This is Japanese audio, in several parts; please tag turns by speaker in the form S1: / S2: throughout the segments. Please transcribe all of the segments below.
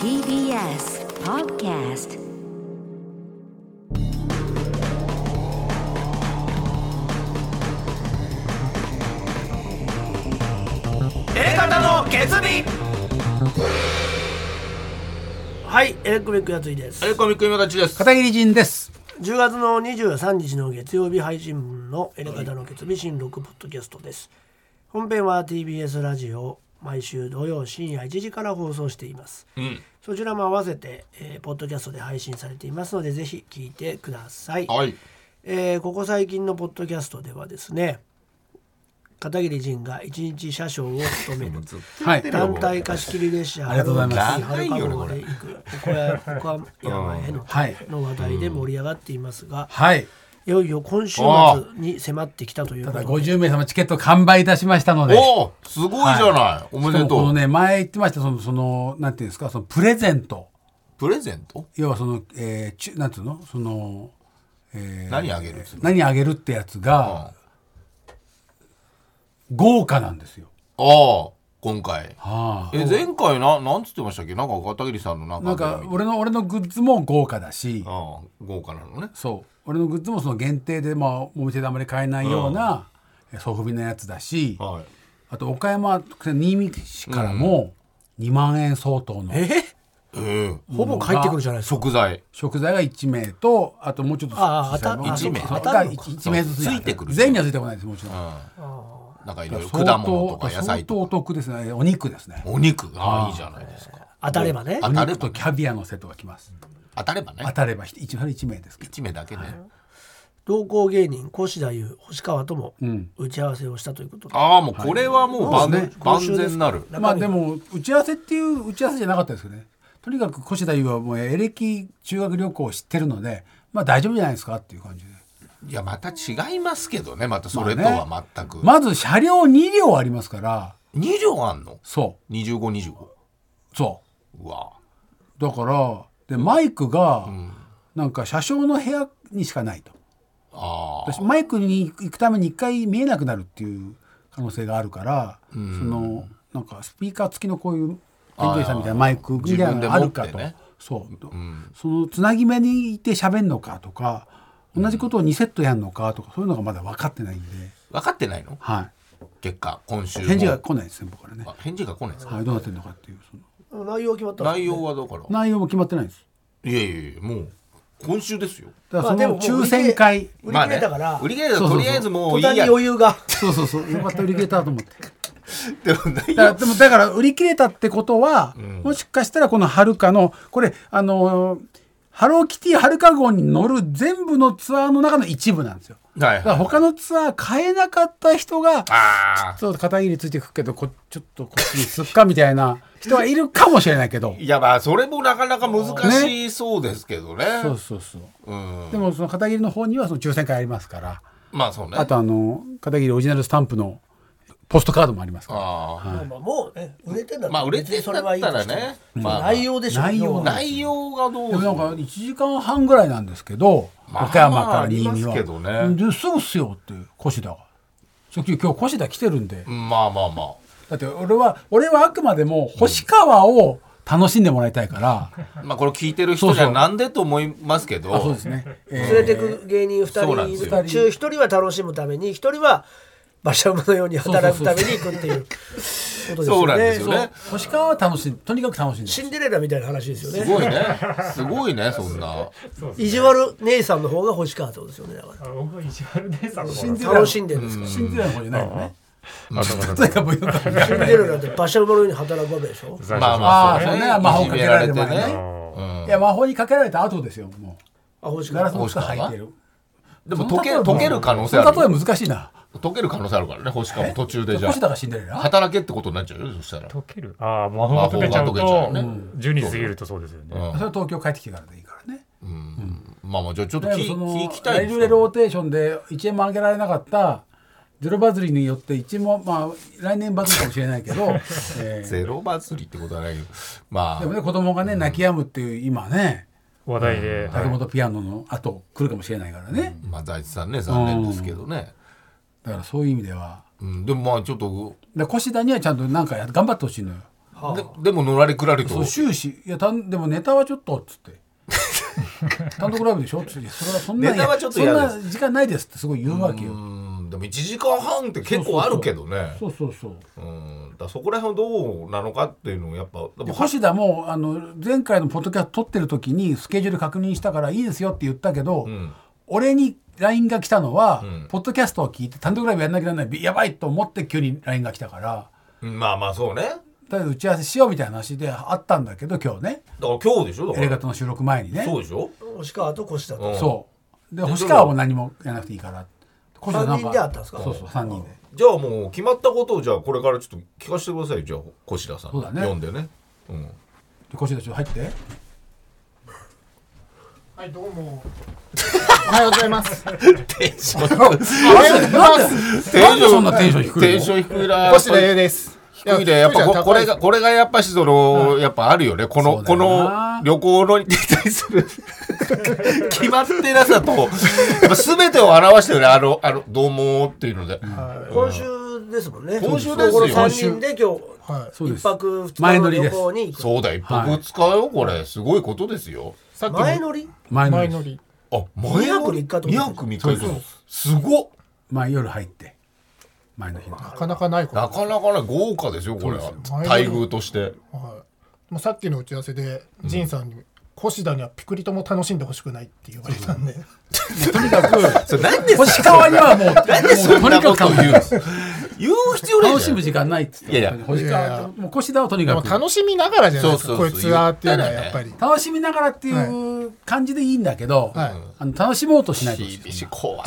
S1: TBS Podcast
S2: 方の決意
S3: はい、エレクミックやついです。
S2: エレ
S3: 10
S2: コミック今たちです
S4: 片桐仁です。
S3: 月の23日の月曜日配信分のエレカタの決日新録ポッドキャストです。本編は TBS ラジオ毎週土曜深夜1時から放送しています。
S2: うん
S3: そちらも合わせて、えーポッドキャストで配信されていますのでぜひ聞いてください。
S2: はい
S3: えーここ最近のポッドキャストではですね、片桐仁が一日車掌を務め る。
S4: はい。
S3: 単体貸し切り列車
S4: ありがとうございます
S3: 春日号で行く小屋小山への
S4: はい
S3: の話題で盛り上がっていますが、
S4: はい。
S3: いよいよ今週
S2: あ
S3: 末に迫ってきたという
S4: た
S3: こ
S4: だ
S3: とで、
S4: 50名様チケット完売いたしましたので。
S2: おおすごいじゃないお
S4: し
S2: め
S4: か
S2: で
S4: も
S2: と
S4: この
S2: う
S4: ね、前言ってました、その、その、なんていうんですか、そのプレゼント。
S2: プレゼント
S4: 要はその、えー、ちゅなんつうのその、えー
S2: 何あげる
S4: 何あげるってやつが、豪華なんですよ。
S2: ああ今回
S4: はあ。
S2: え前回ななんつってましたっけなんか片桐さんのなんか
S4: なんか、俺の、俺のグッズも豪華だし、
S2: ああ豪華なのね
S4: そう。俺のグッズもその限定で、まあ、お店であまり買えないような、えソフビなやつだし、
S2: はい
S4: あと岡山新見市からも2万円相当の
S3: え
S2: ええ
S3: ーほぼ帰ってくるじゃないですか。
S2: 食材
S4: 食材が1名とあともうちょっと
S3: ああ当た
S4: まあ
S2: 一名
S4: そうそ
S3: 当
S4: う
S3: たるのか
S4: が一名ずつ
S2: ついてくる
S4: 全員にはついてこないですもちろん、
S2: なんかいろいろ果物とか野菜
S4: 相当お
S2: とか
S4: 得ですねお肉ですね
S2: お肉ああいいじゃないですか
S3: 当たればね
S2: あ。
S4: お
S2: 当たれ
S4: 肉
S2: ば
S4: とキャビアのセットがきます
S2: 当たればね
S4: 当たれば一一それ一名ですけど
S2: 一名だけね
S3: 同行芸人越田優星川とも
S4: ん
S3: 打ち合わせをしたということで、
S2: ああもうこれはもう万
S4: そうです
S3: ね
S2: 万全なる
S4: まあでも打ち合わせっていう打ち合わせじゃなかったですけどねとにかく越田優はもうエレキ中学旅行を知ってるのでまあ大丈夫じゃないですかっていう感じで
S2: いやまた違いますけどねまたそれと
S4: まあね
S2: は全く
S4: まず車両2両ありますから
S2: 2両あんの
S4: そ
S2: ?2525
S4: うそう
S2: うわ
S4: だからでマイクが、なんか車掌の部屋にしかないと
S2: あ
S4: 私マイクに行くために一回見えなくなるっていう可能性があるから、そのなんかスピーカー付きのこういうエンジェルさんみたいなマイクみたいなのがあるか
S2: 自
S4: と、
S2: 分で持ってね
S4: そう、そのつなぎ目にいて喋るのかとか同じことを2セットやるのかとかそういうのがまだ分かってないんで、
S2: あ分かってないの
S4: は
S2: 結果今週
S4: い、
S2: も
S4: 返事が来ないですね僕からね、
S2: あ返事が来ないんですか
S4: はい、どうなってるのかっていうその
S3: 内容決まったんですね
S2: 内容はだから
S4: 内容も決まってないです
S2: いやいやいやもう今週ですよ
S4: だ
S3: ま
S4: から
S3: あで
S4: そ
S3: も
S4: の
S3: もう売
S4: 抽
S3: り切れ
S4: 選会、
S3: 売り切れたから、
S2: まあね売り切れたから
S4: そ
S2: と
S4: うそうそう
S2: りあえずもう
S3: 途
S2: いい
S3: 端に
S2: や
S3: 余裕が。
S4: そうそうそうよかった売り切れたと思って。
S2: でも内容
S4: だからでもだから売り切れたってことは、もしかしたらこのはるかのこれあのーハローキティはるか号に乗る全部のツアーの中の一部なんですよ。
S2: はい
S4: だから他のツアー買えなかった人が
S2: ああ
S4: そう片桐ついてくけどこちょっとこっちにすっかみたいな人はいるかもしれないけど
S2: いやまあそれもなかなか難しそうですけどね
S4: そうそうそう
S2: うん
S4: でもその片桐の方にはその抽選会ありますから
S2: まあそうね
S4: あとあの片桐オリジナルスタンプのポストカードもありますから
S2: あ
S3: まあまあもうね売れてんだったら
S2: まあ売れてんだっ
S3: 別にそ
S2: たらね
S3: れはいいとして
S2: うんまあ
S3: 内容でしょ。
S4: 内
S2: あ
S4: 容
S3: 要は
S2: 内容がどう
S4: でもなんか1時間半ぐらいなんですけど、
S2: まあ
S4: 岡山から新見
S2: まあ
S4: は。
S2: ありますけどね
S4: ですぐっすよって越田が。そ今日越田来てるんで、
S2: まあまあまあ
S4: だって俺は俺はあくまでも星川を楽しんでもらいたいから、
S2: まあこれ聞いてる人じ
S4: そう
S2: ゃ
S4: そう
S2: なんでと思いますけど
S4: あそうですね、え
S3: 連れてく芸人
S2: そうなん
S3: 2
S2: で
S3: 人
S2: す
S3: い
S2: よ
S3: る中1人は楽しむために1人は馬車馬のように働くために行くっていうことですよね。
S2: そうなんですよ
S4: ー
S2: ね
S4: 星川は楽しんとにかく楽しんで
S3: シンデレラみたいな話ですよ
S2: す
S3: ね。
S2: ごいねすごいねそん な
S3: 意地悪姉さんの方が欲しかったですよね。だか
S5: あの僕は意地悪姉さんの方なんです
S3: ら楽しんでるんですか
S4: 信じない方じゃないのね。
S5: あそうかそ
S4: と
S5: うか
S4: にかくよくわかんない
S3: ら。シンデレラって馬車馬のように働くわけでしょ。
S5: 最初
S2: まあ
S4: あ
S2: まあ
S4: あ
S2: そ
S4: そうう
S2: ね
S4: ね魔法かけられて
S2: いじめられ
S4: ね
S2: て。
S4: いや魔法にかけられた後ですよも
S3: あ欲し
S4: う
S3: か
S4: ガラ
S3: っ
S4: スの服履いてる。
S2: で
S4: そ
S2: も
S4: の
S2: 溶け
S4: 例えも
S2: 溶ける可能性
S4: そ
S2: あ
S4: の例え
S2: る
S4: 難しいな。
S2: 溶ける可能性あるからね星川も途中でじゃ
S4: 星田
S2: あ
S4: がシンデレラ。
S2: 働けってことになっちゃうよそしたら
S5: 溶けるああ魔法が溶けちゃうと
S2: 魔法が溶けちゃうね
S5: 12時過ぎるとそうですよね、
S2: ん
S4: それは東京帰ってきてからでいいからね。
S2: まあまあじゃあちょっと
S4: だから
S2: 聞
S4: そ
S2: 聞
S4: の
S2: きた
S4: ラ
S2: い
S4: イ
S2: んで
S4: ブ
S2: す
S4: レ
S2: けど
S4: ローテーションで1円も上げられなかったゼロバズりによって1円もまあ来年バズるかもしれない けど、えー
S2: ゼロ祭りってことはないよま
S4: でも
S2: あ
S4: ね子供がね泣き止むっていう今ね
S5: 話題で、はい
S4: 竹本ピアノの後来るかもしれないからね。
S2: まあ財津さんね残念ですけどね
S4: だからそういう意味では。
S2: うんでもまあちょっと
S4: で越田にはちゃんとなんかや頑張ってほしいのよ。
S2: ででものらりくらりと
S4: そう終始いやたんでもネタはちょっとっつって 単独ライブでしょっつってそれはそんな
S2: ネタはちょっと嫌です
S4: そんな時間ないですってすごい言うわけよ
S2: うんでも1時間半って結構あるけどね
S4: そうそうそう
S2: うんだからそこら辺はどうなのかっていうのをやっぱで
S4: で
S2: も
S4: 星田もあの前回のポッドキャスト撮ってる時にスケジュール確認したからいいですよって言ったけど、
S2: ん
S4: 俺に LINE が来たのは、
S2: ん
S4: ポッドキャストを聞いて単独ライブやんなきゃならないびやばいと思って急に LINE が来たから
S2: うんまあまあそうねだか
S4: とりあえず打ち合わせしようみたいな話であったんだけど今日ね
S2: ら今日でしょだ
S4: エ
S2: か
S4: レ
S2: ら
S4: ガタの収録前にね
S2: そうでしょ
S3: 星川と越田と
S2: うん
S4: そうで星川も何もやらなくていいから星田なん
S3: 三人で会ったんですか
S4: そうそう3人で
S2: じゃあもう決まったことをじゃあこれからちょっと聞かせてくださいよじゃあ越田さん
S4: そうだね
S2: 読んでね、うん、
S4: で腰田ちょっと入って
S3: はいどうも
S6: おはようございます。
S4: おはようございますなんでそんなテンション低いの
S2: テンション低いな
S6: 越田優です。
S2: 低いねやっぱここれがこれがやっぱしその、やっぱあるよねこの
S4: そ
S2: こ
S4: うだよ
S2: の
S4: な
S2: 旅行のに対す る決まってなさとやっぱ全てを表してるねあのあの「どうも」っていうので、
S3: 今週ですもんね
S2: 今週ですよ
S3: この3人で今日
S6: はい。
S4: そうで
S3: 一
S4: す
S3: 泊二日の旅行に行く
S2: そうだ一泊二日よこれすごいことですよ
S6: さっき
S3: 前
S6: も
S3: 乗り
S4: 前の
S6: 前
S4: 日
S6: 乗り。
S2: あ前の
S3: 二泊三日ってこと
S2: 二泊三日ってことすごっ
S4: まあ夜入って前の日の
S6: なかなかないこと
S2: な
S6: です。
S2: かなかね豪華ですよこれは
S6: すよ前の
S2: 待遇として
S6: はい。もうさっきの打ち合わせで、ジンさんに、越田にはピクリとも楽しんでほしくないって言われたんで。
S4: とにかく
S2: それなんで
S4: 星川にはもう
S2: そん
S4: もう
S2: な
S4: と
S2: こ
S4: にか
S2: と
S4: く
S2: 言うの言う必要ない
S4: 楽
S2: じ
S4: し
S2: ゃん
S4: む時間ないっつって
S2: いやいや
S4: 星
S6: いやい
S4: 川
S6: や
S4: もう腰田をとに
S6: で
S4: か
S6: も
S4: く
S6: 楽しみながらじゃないです
S2: そうそ
S6: か。こ
S2: う
S6: う
S2: そ
S6: いううツアーっていうのはやっぱり。
S4: 楽しみながらっていう感じでいいんだけど、
S6: はい
S4: あの楽しもうとしないと
S2: 厳しい怖い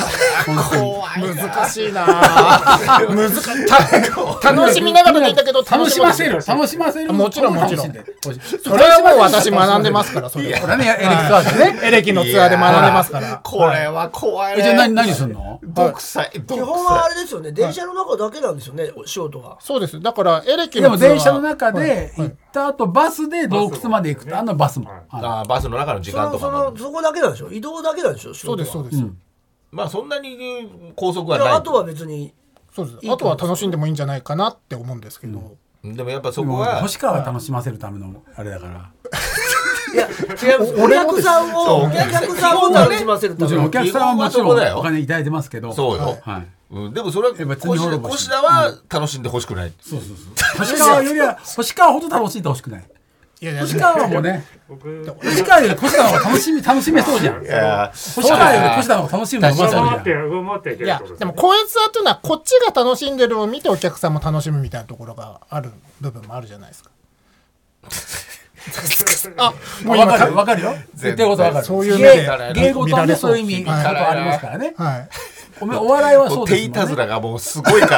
S6: 難しいなぁ難しいた。 楽しみながらでいいんだけど、
S4: 楽しませる
S6: 楽し
S4: 楽しませる
S6: もちろんもちろん
S4: 楽しんで
S6: それはもう私学んでますから、それ
S4: こ
S6: は。
S4: れねエレキツアーでね
S6: エレキのツアーで学んでますから。
S2: これは怖い
S4: えじゃあ何何すんの
S2: どくさいど
S3: 基
S2: く
S3: 本はあ
S2: さ
S3: れですよね電車の中だけなんですよねお仕事は
S6: そうです。だから、エレキ
S4: で
S6: の
S4: も
S6: ツアー
S4: 電車の中で行った後バスで洞窟まで行くとあのバスも
S5: はい
S2: い
S4: あ
S2: あーバスの中の時
S3: そ
S2: 間
S3: の
S2: と
S3: そ
S2: かもあ
S3: の
S2: る
S3: そこだけなんでしょ移動だけなんでしょ仕事
S6: そ
S3: は
S6: うです、そうです。
S2: まあそんなに高速は
S3: で
S2: ない
S3: あとは別に
S6: そうです。あとは楽しんでもいいんじゃないかなって思うんですけど。
S2: でもやっぱそこ
S4: の
S2: は
S4: 星川は楽しませるためのあれだから
S3: い や違うお客さんをお客さんを楽しませるた
S4: も
S3: め
S4: ちろんお
S3: に
S4: 客さんはもち
S2: 基本はそこだ
S4: ろん
S2: よ
S4: お金いただいてますけど
S2: そうよ
S4: はい
S2: うんでもそれは
S4: やっぱ
S2: 越
S4: 罪滅
S2: 田
S4: ぼし
S2: 越田は楽しんでほしくない
S4: そうそうそう星川よりは星川ほど楽しいと欲しくない
S6: いやいや、
S4: 星川はもうね
S5: 僕
S4: 星川より越田の方が楽しみ楽しめそうじゃん
S2: いや
S4: 星川より越田の方が楽しむのうま
S5: 上
S4: そうじゃ
S5: 回
S4: ん
S5: って上回っていけ
S6: い
S5: るっ
S6: や
S5: てことです
S6: で
S5: ね
S6: もこういうツアーっていうのはこっちが楽しんでるのを見てお客さんも楽しむみたいなところがある部分もあるじゃないですか。あもう
S4: わ
S6: 今
S4: かるわかるよ。言ってることわかる。
S6: そういう
S4: 芸
S6: 目で
S4: 芸事はねそういう意味
S6: 見
S4: こと
S6: られそう
S4: ありますからね。
S6: はい
S4: おめお笑いはそうで
S2: 手
S4: す
S2: い
S4: も
S2: た
S4: ん
S2: ず
S4: ね。
S2: らがもうすごいか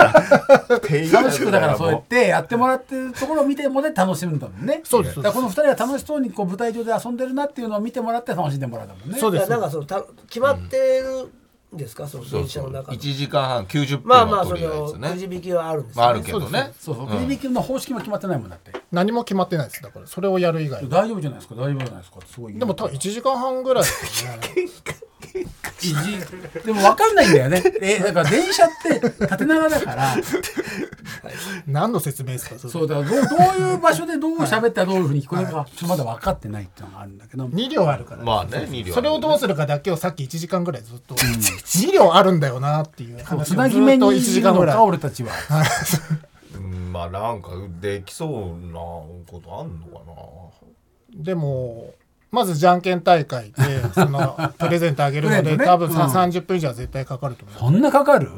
S2: ら手いた
S4: 楽し
S2: ず
S4: くだから
S2: が
S4: そうやっ
S2: も
S4: てやってもらってるところを見てもらって楽しむんだもんね。
S6: そうです
S4: だからこの二人が楽しそうにこう舞台上で遊んでるなっていうのを見てもらって楽しんでもらうんだもんね。
S6: そうで
S3: なん
S6: す
S3: かそのた決まってるんですかその
S2: う
S3: 電車
S2: そ
S3: の
S2: う
S3: 中
S2: 1時間半90分
S3: まあま
S2: は
S3: あそ
S2: とりあえず
S3: のくじ
S2: ね
S3: 引きはあるんです
S2: まああ
S3: よね
S2: るけどね
S4: そうそう。クリビキの方式も決まってないもんだって。
S6: 何も決まってないですだからそれをやる以外
S4: 大丈夫じゃないですか大丈夫じゃないですかすごい。
S6: でも多分1時間半ぐらいですよね
S4: いじでもわかんないんだよね。えだから電車って縦長だから。
S6: 何の説明ですかそ
S4: そうだ
S6: れ
S4: からどうどういう場所でどう喋ったらどういうふうに聞こえるかちょっとまだ分かってないっていうのがあるんだけど
S6: 2両あるから、
S2: まあね2両
S6: それをどうするかだけをさっき1時間ぐらいずっと2両あるんだよなっていう話をず
S4: つ
S6: っと
S4: なぎ目に
S6: 1
S4: いる
S6: 時間ぐ
S4: の
S6: らい
S4: か俺たちは
S2: うんまあなんかできそうなことあんのか
S6: でもまずじゃんけん大会でそのプレゼントあげるの
S4: プレゼ
S6: で、
S4: ントね
S6: 多分さ、
S4: うん
S6: 30分以上は絶対かかると思います
S4: そんなかかる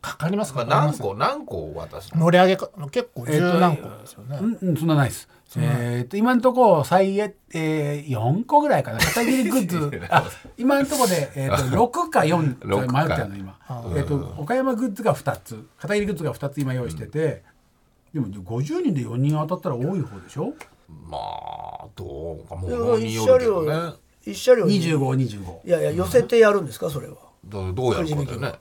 S6: かかりますか
S2: な、まあ、何
S6: か
S2: 個何個渡す
S6: ります
S2: の
S6: 盛り上げか結構
S4: えっ
S6: 十
S4: と
S6: 何個ですよね、
S4: うんうんそんなないですえー、と今のところ最ええー、4個ぐらいかな片切りグッズあ今のところで、えー、と6か4
S2: 六
S4: 迷
S2: か
S4: ったの今、えー、と岡山グッズが2つ片切りグッズが2つ今用意してて、でも50人で4人当たったら多い方でしょ
S2: まあどうかも
S3: で
S2: う
S3: も
S2: もに
S3: 一
S2: よ
S3: 車
S2: るけど
S3: 両
S2: ね
S3: 一車両にい
S4: 2525
S3: やいや寄せてやるんですかそれは
S2: どうどうやるかだよね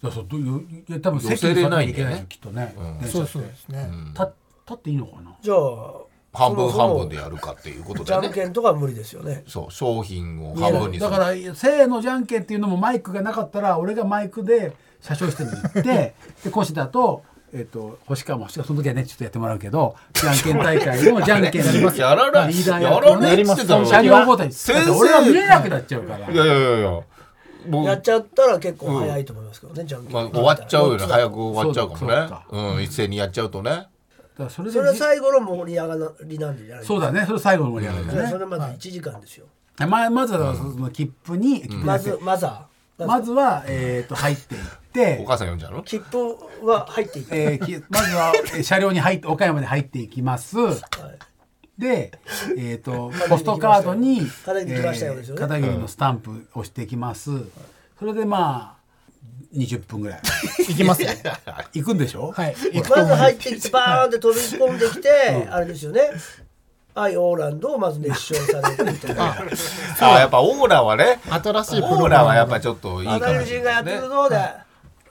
S4: そうそうどういういや多分
S2: 寄
S4: 席
S2: せ
S4: に座
S2: れ
S4: らな
S2: ない
S4: きゃ
S2: ん
S4: いけ
S2: だよ
S4: ない
S2: ね
S4: よきっとね、
S6: そうそうですね、
S4: 立立っていいのかな
S3: じゃあ
S2: 半分
S3: そもそ
S2: 半
S3: も
S2: 分でやるかっていうこと
S3: じゃ
S2: で
S3: ん
S2: ね
S3: けんとかは無理ですよね
S2: そう商品を半分にす
S4: だ
S2: る
S4: からせーのじゃ んけんっていうのもマイクがなかったら俺がマイクで車掌室に行ってで越田とえっ、と星川も星川その時はねちょっとやってもらうけどじゃんけん大会のじゃんけんやりますよ
S2: やらない
S4: リーダー
S2: や
S4: 役
S2: ら
S4: のね
S2: ないって言ってたの
S4: 車両交代
S2: 先生
S4: だって俺は見れなくなっちゃうから
S2: いやいやいやいやも
S3: やっ
S2: う、
S3: ちゃったら結構早いと思いますけどね、じゃんけん
S2: まあ、終わっちゃうよね
S3: い。
S2: 早く終わっちゃうか
S4: そうだ
S2: もねうん一斉にやっちゃうとね
S4: だからそれで
S3: それは最後の盛り上がりなんでじゃないですか
S4: そうだねそれ最後の盛り上がり
S3: それ
S4: だ
S3: そ
S4: ね、
S3: れまで1時間ですよ。
S4: まあまずはその切符に、切符じゃな
S3: ま
S4: くて
S3: ず、マザー。
S4: まずは、えー、と入っていっ
S2: お
S4: て、
S2: 母さん呼んじゃうの
S3: 切符は入っていて、
S4: えーきまずはえー車両に入って岡山に入っていきます。で、えー、とポストカードに
S3: 片桐来ましたよですよね
S4: 片桐のスタンプを押していきます。それでまあ20分ぐらい
S6: 行きますね。
S4: 行くんでしょ、
S6: はい。行く
S3: ま
S6: と
S3: ず
S6: 思いま
S3: 入っ
S6: す。
S3: てきて、バーンって飛び込んできて、あれですよね。アイ・オーランドをまず熱唱されるみたいな。
S2: あやっぱオーラはね
S6: 新しいプログラム
S2: オーラはやっぱちょっといい
S3: ア
S2: か
S3: ナ
S2: ら
S3: ル人がやってるぞで、
S4: はい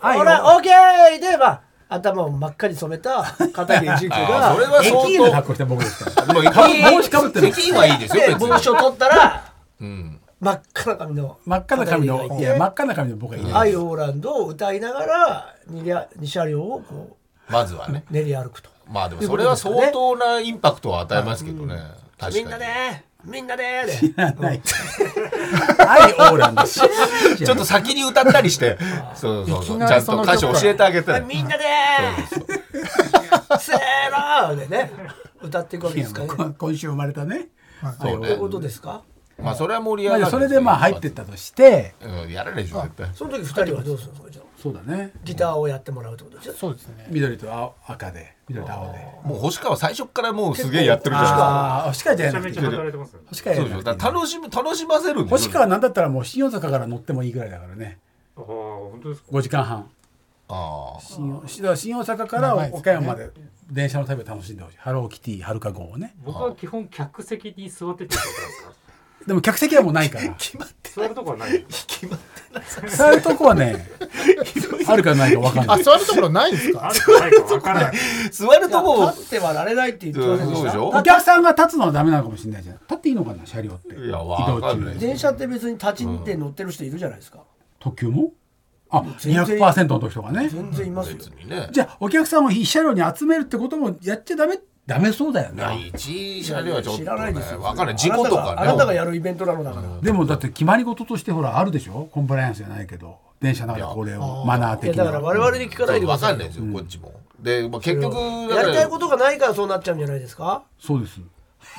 S3: ほ
S4: は
S3: ら、オーケーで、まあ、頭を真っ赤に染めた片桐純子
S2: あーそれ
S3: が、
S2: は
S4: 駅
S2: 相
S4: 員の
S2: 当
S4: 格好した僕ですから。
S2: もう帽
S4: 帽子かぶってる
S2: 北京はいいですよ
S3: で
S2: 別
S3: 帽子
S2: に
S3: を取ったら、
S2: うん
S3: 真っ赤な髪の、
S4: 真っ赤な髪の、いや真っ赤な髪の僕がいな
S3: ア
S4: い。
S3: イ・オーランドを歌いながら、二両二車両をこ
S2: まず はね
S3: う練り歩くと。
S2: まあでもそれは相当なインパクトを与えますけどね確か
S3: み
S2: に
S3: んなでみんなでで。
S4: ない。はい、オーランド。知らないじゃん
S2: ちょっと先に歌ったりして、 そうそうそう、ち
S6: いきな
S2: ゃ
S6: り
S2: ん
S6: そ
S2: と
S6: の
S2: 歌詞教えてあげた
S3: はい
S2: ら。
S3: みんなでせーのでね、歌っていくわけですかね。
S4: 今今週生まれたね。
S2: そう
S3: というこ
S2: ね。
S3: とですか
S2: まあ、それは盛り
S4: ま
S2: 上が
S4: あ、
S2: る。
S4: それでまあ入ってっ。たとして、
S2: うん、やらないでしょ、絶対。
S3: その時二人はどうするんですかじゃあ
S4: そうだね。
S3: ギターをやってもらうってことですよ
S6: そうですね。
S4: 緑と青赤で、緑と青で。
S2: もう星川最初からもうすげえやってるじゃ
S4: ああ、星川じゃ
S5: めちゃ
S4: な
S5: め
S4: く
S5: ち
S4: て
S5: ゃ。働いてますよね。
S4: 星川
S2: ん。
S4: じ
S2: そう
S4: ゃ
S2: でしょ。
S4: な
S2: だか
S4: くて。
S2: ら楽しむ、楽しませるんでしょ
S4: 星川なんだったらもう新大阪から乗ってもいいぐらいだからね。
S5: ああ、本当ですか。
S4: 5時間半。
S2: ああ。
S4: 新大だから新大阪から
S6: 長いですね
S4: 岡山まで電車の旅を楽しんでほしい。ハローキティ、はるか号をね。
S5: 僕は基本客席に座っててるとこなんですか。
S4: でも客席はもうな いから。
S5: 座るとこはない。
S4: 座るとこはね、 あるかないかわかんな
S6: あ、
S4: い。
S6: 座るところないんです
S5: あ
S6: か
S5: るかないかわからない。
S2: 座ると
S3: いや
S2: こ
S3: 立ってはられないって言って
S2: も、
S3: ま
S2: う
S3: せ
S2: ん
S3: んで
S2: そ
S3: し
S2: うでしたょ
S4: お客さんが立つのはダメなのかもしれないじゃん。立っていいのかな、車両って。
S2: いやわかんない
S4: 移動中
S3: 電車って別に立ちで乗ってる人いるじゃないですか。
S4: 特急もあ、
S3: 全然
S4: 200%の時とかね。
S3: 全然いますよ。
S2: 別にね。
S4: じゃあお客さんを一車両に集めるってこともやっちゃダメダメそうだよ
S2: いや
S4: ね。
S2: 一車両はちょっと
S3: 知らないです
S2: ね、
S3: よ。
S2: わかんない。事故とか
S3: あなたがあなたが
S2: ね。
S3: やるイベントなのだから。
S4: でもだって決まり事としてほらあるでしょコンプライアンスじゃないけど電車の中でこれをマナー
S3: い
S4: 的
S3: やだから
S4: な。
S3: 我々に聞かないでくだ
S2: わ
S3: さ
S2: か
S3: い
S2: ん
S3: よ
S2: ないですよ、こっちも。で、まあ結局、
S3: やりたい
S2: と
S3: ことがないからそうなっちゃうんじゃないですか
S4: そうです。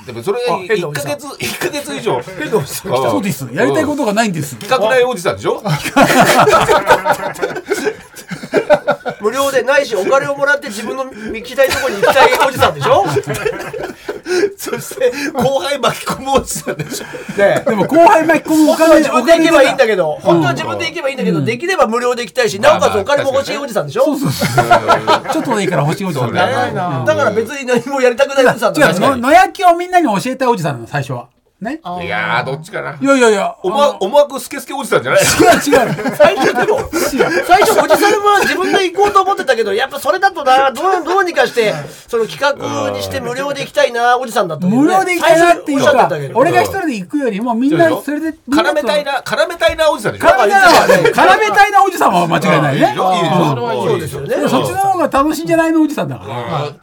S2: でもそれが
S3: あ変な
S2: 1
S3: おじ
S2: ヶ
S3: さん
S2: 月、一ヶ月以上。変なおじさん
S4: そうです。やりたいことがないんです。
S2: 企画ないおじさんでしょ
S3: 無料でないしお金をもらって自分の行きたいところに行きたいおじさんでしょ
S2: そして後輩巻き込むおじさんでしょ
S3: ね
S4: でも後輩巻き込むお
S3: 本当は
S4: 金
S3: 自分で行けばいいんだけど、本当は
S2: うん
S3: 自分で行けばいいんだけど、できれば無料で行きたいし、なおかつお金も欲しいおじさんでしょ、
S4: そうそうそう。ちょっとでいいから欲しいおじさん
S2: そうだね
S4: うん
S3: だから別に何もやりたくないおじさんだ
S4: 違
S3: か
S4: う
S3: ら
S4: の野焼きをみんなに教えたいおじさんなの最初は。ね。
S2: いやーどっちかない
S4: やいやいや。
S2: お
S4: あ
S2: ま
S4: の
S2: おまくスケスケおじさんじゃない
S4: 違う違う。
S3: 最初でも、最初おじさんは自分で行こうと思ってたけど、やっぱそれだとな、どうどうにかして、その企画にして無料で行きたいな、おじさんだったんだよ
S4: 無
S3: ね
S4: 料で行きたいなってい
S3: 最初おっ
S4: う
S3: しゃっ
S4: か
S3: てたけ、ど
S4: 俺が一人で行くよりもみんなそれでみん
S2: 絡
S4: と
S2: めたいな絡めたいなおじさんでしょ
S4: 絡めたいなはね絡めたいなおじさんは間違いない
S2: いいで
S4: ね
S2: し。ょいいでし
S4: う
S3: そう
S2: ょ
S4: ん
S3: ですよね
S2: いいでし
S4: そ
S2: ょ
S4: っちの方が楽しいんじゃないのおじさんだから。
S2: うん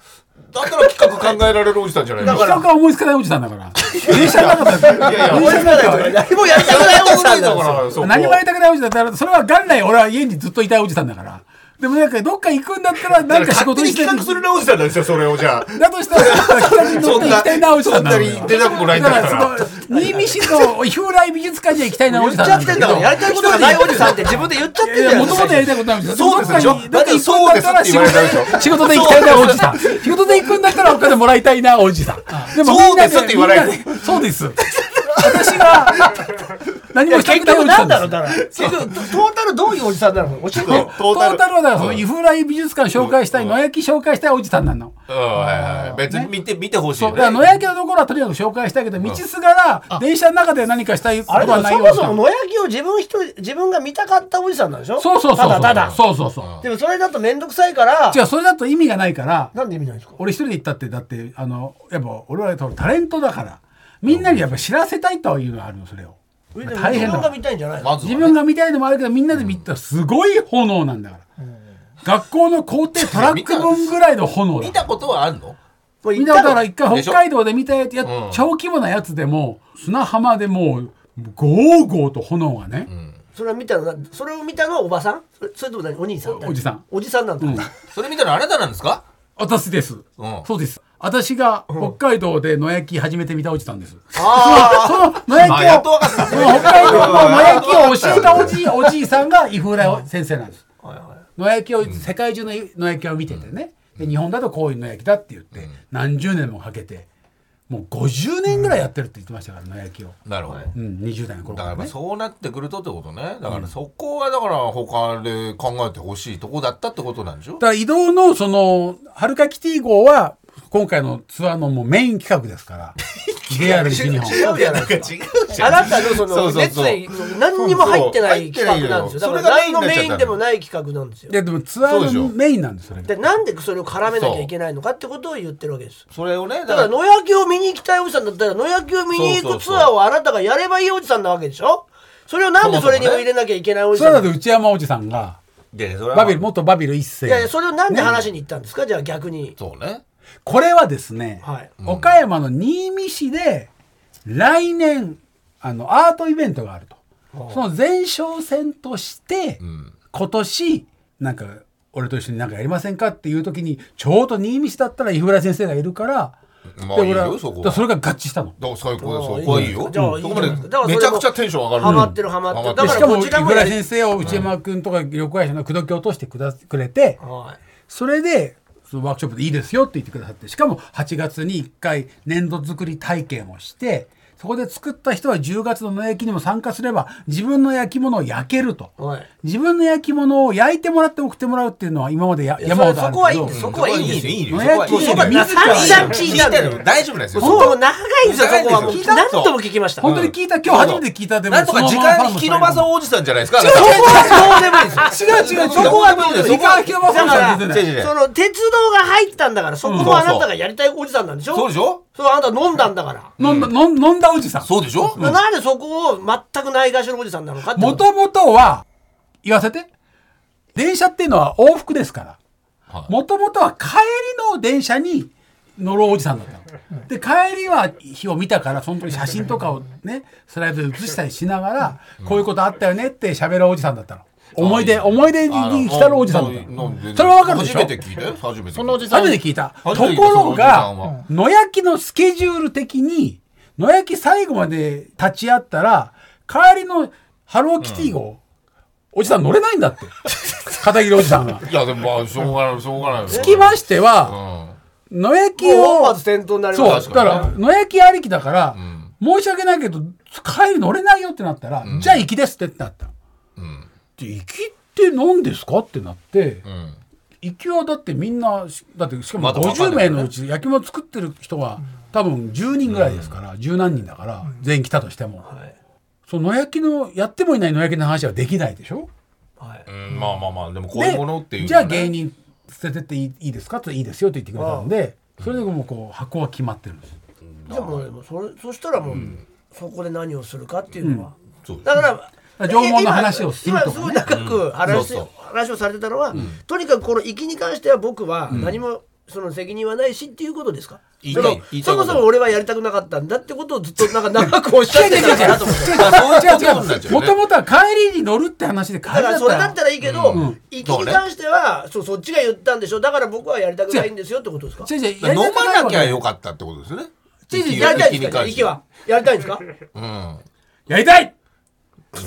S2: だから企画考えられるおじさんじゃないの
S3: だから
S4: 企画は思いつかないおじさんだから。電車の中で。
S2: いやいや
S3: 思いつかないとか何もやりたくないおじさんだ
S2: だ
S3: から。
S2: らそこ
S4: 何もやりたくないおじさんだから、それは元来俺は家にずっといたいおじさんだから。でもなんかどっか行くんだったらなんか仕
S2: 勝手
S4: 事に
S2: に
S4: して
S2: 企画するなおじさんなんですよそれをじゃあ
S4: だとしたら企画に乗って行きたいなおじさんなのよ
S2: そんなに出たくもないんだから
S4: だからその新見市の風来美術館には行きたいなお
S3: 言っ
S4: じ
S3: ち
S4: さん
S3: ゃ
S4: な
S3: って
S4: んだ
S3: ん
S4: け
S3: だ
S4: ど
S3: から、やりたいことがないおじさんって自分で言っちゃってん
S4: い
S3: じ
S4: や
S3: ゃない
S4: も
S3: で
S4: と
S3: す
S4: も
S3: か
S4: とやりたいことなんですよ。
S2: そうですよ
S4: どっかに
S2: だってそうですって言われたでしょ
S4: 仕事で行きたいなおじさん。仕事で行くんだったらお金もらいたいなおじさん。で
S2: そうですって言わない
S4: みんなでそうです。私が何もした
S3: 結
S4: くないお
S3: 局
S4: じ
S3: なん
S4: さ
S3: ん
S4: で
S3: だろう。
S4: す
S3: だから結局トータルどういうおじさんなの教えて
S2: そう
S4: トータルはだからその
S2: うん
S4: イフライ美術館紹介したい、野焼き紹介したいおじさんなの。
S2: うんはいはい別に見て見てほしい
S4: そ
S2: よ
S4: う
S2: ね
S4: だから野焼きのところはとにかく紹介したいけど、道すがら電車の中で何かしたいこと
S3: あれで
S4: は
S3: も
S4: ない
S3: そ
S4: お
S3: も
S4: じ
S3: そ
S4: さん
S3: も。野焼きを自分一人自分が見たかったおじさんなんでしょ
S4: そうそうそうそう。
S3: ただただ
S4: そうそうそう。
S3: でもそれだと面倒くさいから
S4: 違う、それだと意味がないから、
S3: なんで意味ないんですか
S4: 俺一人で行ったってだってあのやっぱ俺はタレントだからみんなにやっぱ知らせたいというのがあるのそれを
S3: でも
S4: 大
S3: 自
S4: 変
S3: 分
S4: だ
S3: が見たいんじゃないの
S2: まずは
S4: 自
S2: ね
S4: 分が見たいのもあるけどみんなで見たらすごい炎なんだから、学校の校庭トラック分ぐらいの炎
S2: 見
S4: だ
S2: たことはあるの
S3: もう
S4: み
S3: 行
S4: ん
S3: っ
S4: な
S3: た
S4: だ
S3: か
S4: からら一回
S2: でしょ
S4: 北海道で見たやつや、
S2: うん
S4: 超規模なやつでも砂浜でもうゴーゴーと炎がね、
S3: それは見たのなそれを見たのはおばさんそれそれとも何お兄さん
S4: おおじさん
S3: おじさんなんだ、
S4: うん
S2: それ見たらあなたなんですか
S4: 私です、
S2: ん
S4: そうです私が北海道で野焼き始めてみたおじさんです、
S2: あ
S4: その野
S2: あ、まあ、や
S4: 焼
S2: っ
S4: き
S2: と
S4: を
S2: わかった
S4: その北海道の野焼きを教えたおじいおじいさんが伊風浦先生なんです
S3: はいはい
S4: 野焼きを世界中の野焼きを見ててね、で日本だとこういう野焼きだって言って、何十年もかけてもう50年ぐらいやってるって言ってましたから、野焼きを、
S2: なるほど。
S4: うん、20代の頃
S2: だか
S4: か
S2: ら
S4: ら
S2: まあ
S4: ね
S2: そうなってくるとってことね。だからそこはだから他で考えてほしいとこだったってことなんでしょ
S4: だから移動のそのはるかキティ号は今回のツアーのもうメイン企画ですから JR 西日本
S2: 違うじゃんなんか違うじゃ
S3: あ
S2: ん。
S3: なたのそ
S2: そう
S3: の
S2: そう
S3: 熱
S2: そう
S3: 意の何にも入ってない
S2: そうそう
S3: 企画なんですよだから
S2: 入ってな
S3: 何の
S2: いよそれがメインにな
S3: メイン
S2: っちゃったの
S3: でもない企画なんですよ
S4: いやでもツアー
S2: そうで
S4: の
S2: しょ
S4: メインなんですそれが
S3: でなんでそれを絡めなきゃいけないのかってことを言ってるわけです
S2: それをね、だ
S3: だから
S2: か
S3: 野焼きを見に行きたいおじさんだったら野焼きを見に行くツアーをあなたがやればいいおじさんなわけでしょそれをなんでそれにも入れなきゃいけないおじ
S4: そ
S3: さ
S4: れ
S3: んな
S4: だと
S3: の
S4: 内山おじさんが
S2: ら、
S4: バビル
S2: も。
S4: 元バビル一世
S3: いやいやそれをなんで話しに行ったんですかじゃあ逆に
S2: そうね。
S4: これはですね、
S3: はい
S4: 岡山の新見市で来年あのアートイベントがあるとその前哨戦として、今年なんか俺と一緒になんかやりませんかっていう時にちょうど新見市だったら伊浦先生がいるから、
S2: まあいい
S4: 俺は
S2: よ、そこ
S4: だから
S2: は。
S4: それが合致したの。
S2: だから最高だよ、そこはいいよ。
S3: じゃあ
S2: うん
S3: いい
S2: そ
S3: じゃな
S2: こ
S3: い
S2: まで
S3: ですかだからそれ
S2: め
S3: も
S2: ちゃくちゃテンション上がる。
S3: ハマってるハマってる
S2: うん
S3: だ
S4: で
S3: か
S4: し
S3: ら
S4: かも
S3: こち
S4: 井
S3: らもや
S4: 村
S3: り
S4: 先生を内山君とか横山の口説き落としてくだくれて、
S3: はい
S4: それでそのワークショップでいいですよって言ってくださってしかも8月に1回粘土作り体験をしてそこで作った人は10月の野焼きにも参加すれば自分の焼き物を焼けると
S3: はい
S4: 自分の焼き物を焼いてもらって送ってもらうっていうのは今までや
S3: いや
S4: 山ほどあ
S3: そ
S4: る
S3: こはいいんで
S4: け
S3: す
S4: ど
S3: そこはいいんですよ
S2: いいよ、
S4: 野
S2: そこはいいよ。
S4: 焼き
S2: そこはいい
S4: 自
S2: よ
S4: ら
S3: 散々聞いたんだよ
S2: 大丈夫ですよ。
S3: そこもう長いんですよそこはもう
S2: 聞いた
S3: 何度も聞きました
S4: 本当に聞いた今日初めて聞いたでも
S2: なんとか時間引き延ばそうおじさんじゃないですか。違う
S3: そこはそうでもいいです
S4: 違う違うそこはどうです時間引き延ばそう
S3: だから
S4: 全然
S2: 違う違う
S3: その鉄道が入ったんだからそこもあなたがやりたいおじさんなんでしょ
S2: そうでし
S3: ょ
S2: ょ
S3: それあなた飲んだんだから
S4: 飲んだ飲ん飲んだおじさん
S2: そうでしょ
S3: まあなんでそこを全くないがしろのおじさんなのかって
S4: もともとは、言わせて。電車っていうのは往復ですから
S2: は。い
S4: もともとは帰りの電車に乗るおじさんだったの。で、帰りは日を見たから、その時写真とかをね、スライドで写したりしながら、こういうことあったよねって喋るおじさんだったの。思い出、思い出に来たるおじさんだったの。それはわかるでしょ
S2: 初めて聞いたよ、初めて。
S6: そのおじさん
S4: 初
S6: に
S4: めて聞いた。と
S2: 初めて聞いた
S4: ころ
S2: そのおじ
S4: が、野焼きのスケジュール的に、野焼き最後まで立ち会ったら、帰りのハローキティ号、おじさん乗れないん だって。片桐おじさんが。
S2: いや、でも、まあしょうがない、しょうがないよ。
S4: つきまして
S2: う
S4: は、
S2: ん。
S4: 野焼き
S3: もう本
S4: を
S3: 末、転倒になり
S4: そ
S3: ま
S4: う、
S3: す
S4: だ
S2: 確
S4: か
S2: かに
S4: ら野焼きありきだから
S2: ん、
S4: 申し訳ないけど、帰り乗れないよってなったら、じゃあ行きですってってなったの。
S2: うん。
S4: で行きって何ですかってなって、
S2: うん。
S4: 行きはだってみんなしだってしかも
S2: まだわかんない
S4: 50名
S2: よね
S4: のうち焼き物作ってる人は多分10人ぐらいですから十、何人だから全員来たとしても、
S3: はい
S4: その野焼きのやってもいない野焼きの話はできないでしょ
S3: はい
S2: うんまあまあまあ、でもこう
S4: で
S2: いうものっていう、ね。
S4: じゃあ芸人捨ててっていいいいですかっていいですよって言ってくれたんでそれでもうこう箱は決まってるんです
S3: でもでもそれそしたらもう、そこで何をするかっていうのは、
S2: そう
S3: だから
S4: ら縄文の話をするとかね
S3: 今今すごい長く話,、
S2: そうそう
S3: 話をされてたのは、とにかくこの行きに関しては僕は何もその責任はないしっていうことですか
S2: 言い
S3: そ
S2: たい
S3: の
S2: 言いたい
S3: そも
S2: こと
S3: そも俺はやりたくなかったんだってことをずっとなんか長くおっしゃって たのかなと思って
S2: まあそういうことになっちゃう
S4: も
S2: よ
S4: と
S2: ね。
S4: もとは帰りに乗るって話で帰り
S3: だか
S4: だ
S3: ら
S4: っ
S3: それ
S4: た
S3: だっ
S4: ら
S3: たらいいけど、行き
S2: そう
S3: に
S2: ね
S3: 関してはそうそっちが言ったんでしょだから僕はやりたくないんですよってことですか
S4: 違う違う
S2: だから飲まなきゃ
S4: やりたくないわ
S2: よかったってことですよね。
S3: やりたいんですか
S2: 関
S3: 行
S2: し
S3: き
S2: て
S3: は。やりたいんですか
S2: うん。
S4: けやりたい
S2: う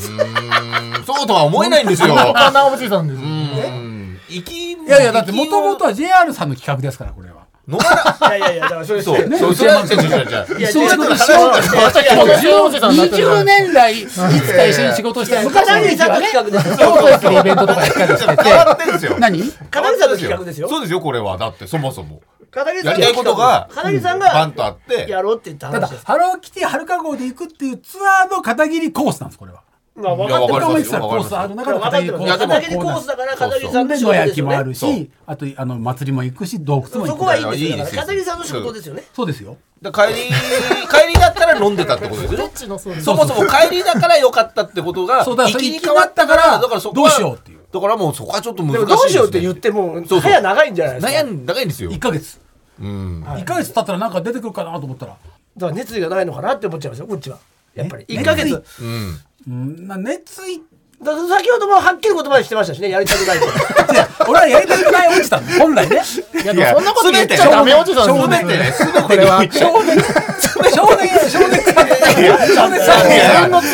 S2: んそうとは思えないんですよ。
S6: 立派なおじさんですよ
S2: う
S6: ね。
S2: ん。行き、い
S4: いやいやだってもともとは JR さんの企画ですからこれは。
S2: 飲まな、
S3: いやいやいやだからそれ
S2: そう、
S3: ね
S2: そう、それは違う違う違う
S3: いや
S4: そういうことしよう
S3: 違う違う違う
S4: もう
S6: 違うおじさんになってる
S4: 20年来いつか一緒に仕事して昔の時はね
S3: いやいやいやいや
S4: 京都駅のイベントとかやったりして
S2: 変わってんですよ
S4: て。何
S3: 片桐さんの企画ですよ
S2: そうですよ、これは。だって、そもそも。
S3: 片桐さ
S2: や
S3: ん
S2: りたいことが、
S3: 片桐さん
S2: バン
S3: が
S2: とあって。
S3: やろうって言った
S4: ただ
S3: 話です
S4: ハローキティはるか号で行くっていうツアーの片桐コースなんですこれは。
S3: まあ分
S2: いや
S3: かって
S2: わ
S3: る
S2: かり
S4: 岡
S2: ま
S4: 本
S2: す
S4: さん
S2: よ
S4: コースある中で
S3: 分か
S4: 片
S3: って
S4: 桐コ
S3: る
S4: ー
S3: いや
S4: ス
S3: で
S4: の
S3: も片桐コースだから
S4: こうなんで
S3: 片桐さ
S4: そ
S3: ん
S4: ん
S3: の
S4: で
S3: 仕
S4: 野
S3: 事で
S4: 焼
S3: す
S4: き
S3: よ
S4: もある
S3: ね
S4: しあとあの祭りも行くし洞窟も
S3: そ
S4: 行
S3: こ
S4: く
S3: はいいいんです
S2: い
S3: よ
S2: い
S3: だ
S2: です
S3: か
S2: よ
S3: ら片桐さんの仕事ですよね
S4: そうですよ。
S2: だから帰り、 帰りだったら飲んでたってことですよ
S6: ど
S2: ね
S6: っ。ちのそうです
S2: そもそも帰りだから良かったってことが、
S4: そうだから
S2: 行
S4: それ
S2: きに
S4: 行き
S2: 変
S4: にな
S2: わ
S4: っ
S2: ったた
S4: か
S2: からら、
S4: ど
S2: だからそこ
S4: う
S2: は
S4: しようっていう。
S2: だからもうそこはちょっと難
S3: で
S2: しい
S3: も
S2: です、ね、
S3: どうしようって言っても
S2: そうそう
S3: 早長いんじゃないですか
S2: 悩ん長いんですよ
S4: 1ヶ月
S2: うん
S4: 1ヶ月経ったらなんか出てくるかなと思ったら、
S3: だから熱意がないのかなって思っちゃいますよこっちはやっぱり1ヶ月だ
S4: 熱
S3: か
S2: うん
S4: うん、な熱意
S3: ら先ほどもはっきり言葉にしてましたしねやりたくないって
S4: いや俺はやりたくない落ちたんだ本来ね
S6: いやでもそんなこと言っち
S2: い
S6: ゃ
S2: や
S6: ダメおじさん
S2: すべてね、すべてこれは。
S4: 少年
S2: い
S4: 少年少年少年少年
S2: や
S4: 少年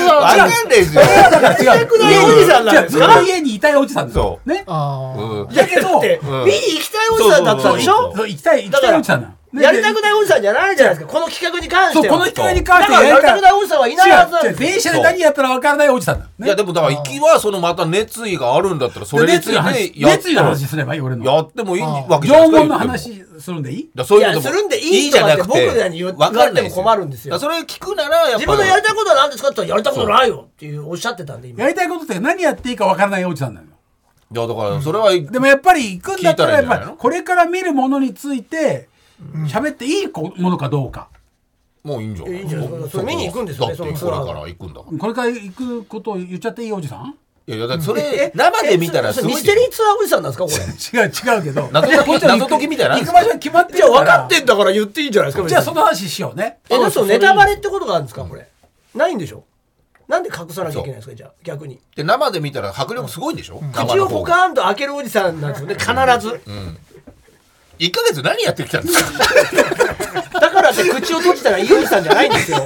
S2: わかんないですよ。
S4: だから違う
S3: ないおじさんなんですから
S4: 違う家にいたいおじさんだよね
S6: ああ
S2: うん
S3: いやだけどって見に行きたいおじさんだったんでし
S2: そうそう
S3: ょ
S4: そう行きたい行きたいおじさんだよね
S3: やりたくないおじさんじゃないじゃないですかこの企画に関し
S4: そう
S3: て
S4: この
S3: は
S4: 企画に関
S3: だ
S4: して
S3: か
S4: は
S3: らやりたくないおじ
S4: さ
S3: さんはいないはずなん
S4: 違う
S3: で
S4: 違う
S3: すよ
S4: 電車で何やったら分からないおじさんだ
S2: いや、
S4: ね
S2: でもだから、行きは、そのまた熱意があるんだったら、そ
S4: で
S2: れにつ
S4: 熱意
S2: い
S4: の話
S2: てやっ
S4: 熱意の話すればいい俺の
S2: やってもいいわけじゃないです
S4: 縄
S2: か。
S4: 文の
S2: 言っても。
S4: 話するんでいい
S2: だからそういうの
S3: いやするんでいいとかって僕らに言われても困るんですよ
S2: だからそれ聞くなら、やっぱ。
S3: 自分のやりたいことは何ですかって言ったらやりたいことないよっていうおっしゃってたんで今
S4: やりたいことって何やっていいか分からないおじさんなのよ
S2: いや、だから、それは、
S4: でもやっぱり行くんだったら
S2: 聞
S4: や
S2: いたらいいん
S4: っ
S2: じゃないの
S4: ぱりこれから見るものについて喋っていいものかどうか
S2: もういいんじゃない
S3: いいんじゃない
S2: もう
S3: それ見に行くんですよね
S2: だって、
S3: そ
S2: こ
S3: の
S2: れ
S3: ツアー
S2: から行くんだから。
S4: これから行くことを言っちゃっていいおじさん
S2: いやいや、だってそ
S3: え
S2: れ、生で見たら
S3: えそ
S2: す
S3: れ
S2: ごい
S3: ミ
S2: で
S3: ス
S2: すよ。
S3: テリーツアーおじさんなんですかこれ
S4: 違う違うけど
S2: 謎解き
S4: もちろん
S2: 謎解きみたいなのある
S4: 行
S2: ん
S4: く
S2: ですか
S4: 場所は決まって る
S3: じゃあ
S4: から
S3: 分かってんだから言っていいんじゃないですか
S4: じゃあその話しようね
S3: えだとネタバレってことがあるんですかこれないんでしょなんで隠さなきゃいけないんですかじゃあ逆に
S2: で、生で見たら迫力すごいんでしょ
S3: 口をポカーンと開けるおじさんなんですよね必ず
S2: 1ヶ月何やってきたんですか
S3: だからって口を閉じたらいいおじさんじゃないんですよ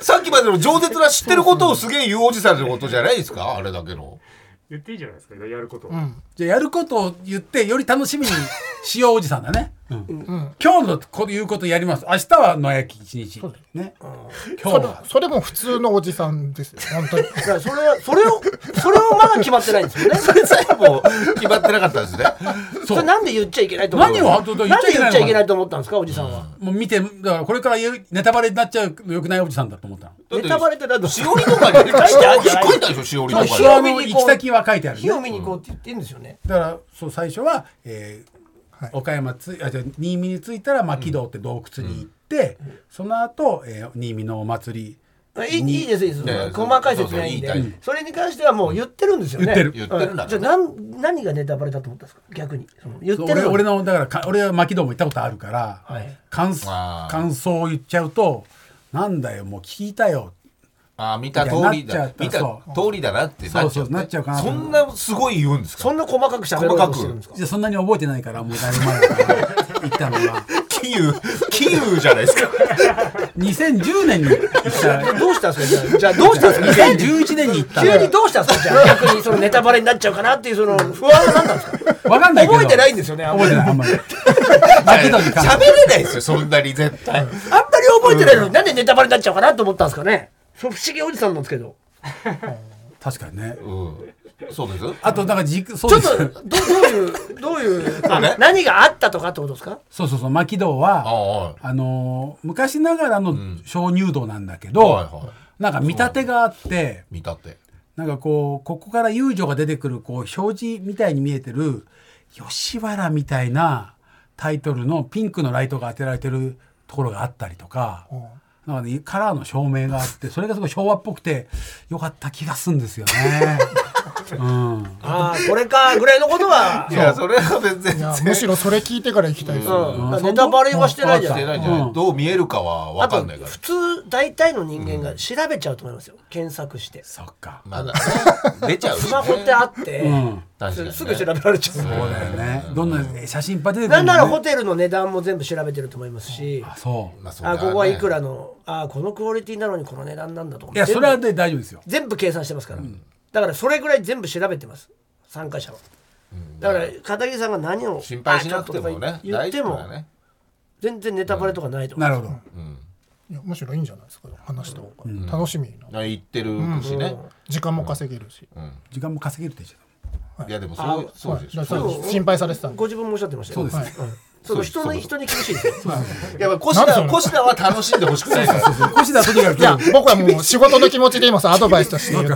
S2: さっきまでの饒舌な知ってることをすげえ言うおじさんってことじゃないですかあれだけの。
S5: 言っていいじゃないですか、やることは。
S4: じゃあやることを言ってより楽しみにしようおじさんだね今日のこういうことやります明日は野焼き一日ね今日は
S6: それも普通のおじさんですよ本当に
S3: だからそれそれをそれをまだ決まってないんですよね
S2: それさえも決まってなかった んですね。
S3: それなんで言っちゃいけないと思った
S4: 何を本当だ言
S3: な
S4: っ
S3: ん
S4: ちゃい
S3: で
S4: け
S3: 言
S4: ないのか
S3: っちゃいけないと思ったんですかおじさんは
S4: もう見てだからこれから言うネタバレになっちゃうのよくないおじさんだと思ったの
S2: だっ
S3: ネタバレって何だ
S2: しおりとかに書いてあるじゃない書いてあるでしょ、しおりと
S4: ま
S2: か
S4: あ
S2: に。
S4: 日はの行き先は書いてあるね
S3: 火を見に行こうって言ってんですよね
S4: だからそう最初は、えー
S6: はい
S4: 岡山つあじゃあ新見に着いたら牧道って洞窟に行って、その後、えー新見のお祭り
S3: いいいいですいいです
S2: いやいや
S3: 細かい説明いいん
S2: そうそういい
S3: でそれに関してはもう言ってるんですよね
S4: 言ってる
S2: 言ってるんだ
S3: じゃあなん何がネタバレだと思ったんですか逆にその言って
S4: 俺
S3: る
S4: 俺
S3: の
S4: のだからか俺は牧道も行ったことあるから、
S3: はい
S4: 感想
S2: あー
S4: 感想を言っちゃうとなんだよもう聞いたよ
S2: ああ、見た通り
S4: いやな
S2: だ
S4: っ。ちゃ
S2: 見
S4: っ
S2: た
S4: たそう
S2: 通りだなってなっち
S4: そう
S2: ゃ。
S4: そううなっちゃうかなと
S2: そ
S4: 思うん
S2: なすごい言うんですか
S3: そんな細かくしゃべろうとしてるんですか
S4: じゃあそんなに覚えてないからもうだいぶ前だから行った のが
S2: キユ、キユじゃないですか。
S4: 2010年に行った
S3: どうしたんですかじゃあじゃあどうしたんですか
S4: 2011年に行ったの
S3: 急にどうしたんですかじゃあ逆にそのネタバレになっちゃうかなっていうその不安は何なんですか
S4: わかんないけど
S3: 覚えてないんですよねあんま
S4: 覚え
S3: り
S4: て
S3: あん
S4: ないあんまり牧道に 関して
S2: 喋れないですよ、そんなに絶対。
S3: まり覚えてないのになんでネタバレになっちゃうかなと思ったんですかねそう不思議おじさんなんですけど
S4: 確かにね
S2: うん。そうです
S4: あとなんか軸そう
S3: ちょ
S4: で
S3: っ
S4: す
S3: とどどういうどういうあ
S2: ね
S3: 何があったとかってことですか
S4: そうそうそう牧道
S2: あ
S4: は
S2: あ、はい。
S4: あのー昔ながらの鍾乳洞なんだけど、
S2: はいはい
S4: なんか見立てがあって
S2: 見たって。
S4: なんかこうここから遊女が出てくるこう表示みたいに見えてる吉原みたいなタイトルのピンクのライトが当てられてるところがあったりとか。なんかね、カラーの照明があってそれがすごい昭和っぽくてよかった気がするんですよね。うん、
S3: ああこれかぐらいのことはい
S2: や、それは別
S6: いや
S2: 然。
S6: むしろそれ聞いてから行きたいです、
S3: うんネタバレはしてないじゃ
S2: して
S3: ん
S2: ないんじゃない、
S4: うん
S2: どう見えるかは
S3: あ
S2: 分か
S3: と
S2: んないから
S3: 普。通大体の人間が調べちゃうと思いますよ検索してス
S4: そっか。
S2: まだ、出ちゃう、ね。
S3: マホってあって
S4: ん
S2: 確かにね
S3: すぐ調べられちゃう
S4: そうだよね。どんなえ写真いっぱい出てくる
S3: なんなら
S4: も
S3: ホ
S4: ね
S3: テルの値段も全部調べてると思いますし、
S4: あそう。
S2: まあそりゃ
S3: あ
S2: ね
S3: ここはいくらの、あこのクオリティなのにこの値段なんだとか、
S4: いや、
S3: 全
S4: そ
S3: 部
S4: れはね、大丈夫ですよ。
S3: 全部計算してますから、だからそれぐらい全部調べてます、参加者は。だから片桐さんが何を
S2: 心配しなくても
S3: あ
S2: ね、
S3: ちょっととか言言って
S2: 大丈夫
S3: も、
S2: だね。
S3: 全然ネタバレとかないと思
S4: な
S3: う、
S4: るほど。
S6: いやむしろいいんじゃないですか話した方が、楽しみな
S2: 言ってるしね。
S6: 時間も稼げるし、
S4: 時間も稼げるって言っちゃっ
S2: いやでもそうそうでしょ。
S6: だから
S2: そう
S6: そう心配されてたんで
S3: ご自分もおっしゃってましたよ、
S4: そうです
S3: ね、その人の人に厳しいですよ、
S2: いやっぱコシ
S6: なんでそ
S2: ダ
S6: んな
S2: コシダは楽しんでほしくないから。
S4: た。そう腰だ、とにかく。
S6: いや僕はもう仕事の気持ちで今さアドバイスとして言っ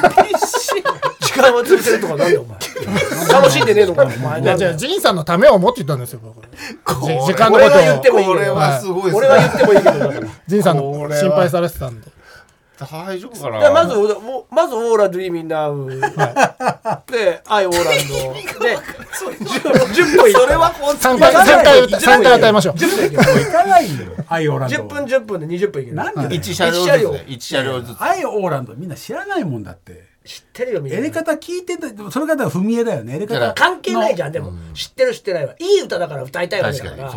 S6: たらい
S3: 時間は潰せるとか、なんでお前、楽しんでねえのか、お前、
S6: やじゃあ仁さんのためを思って言ったんですよ僕
S2: れ
S6: じ時間の
S3: 俺
S6: こと
S3: は言って
S6: を
S3: もいいけど
S2: これはすごいですね
S3: 俺は言ってもいいけどだから、
S6: 仁さんの心配されてたんで
S2: 大丈夫か
S3: だから
S2: な
S3: まず、おまずオーラドリーミンダウン。で、アイオーランド。で、10分いった
S2: それは本当
S6: 三
S2: に
S6: 回
S3: まあ
S6: 三
S3: まあ
S6: 回三回与えましょう。
S4: 行かないよ。アイオーランド。
S3: 10分10分で20分いける。
S4: なんでだよ
S2: 一車両ずつね一車両ずつ
S4: アイオーランドみんな知らないもんだって。
S3: 知ってるよ、みん
S4: や
S3: な
S4: り。方聞いてた、でもそれ方は踏み絵だよね。やり
S2: だから
S4: 方。
S3: 関係ないじゃん、でも。知ってる知ってないわ。いい歌だから歌いたいわけだか。
S2: 確からに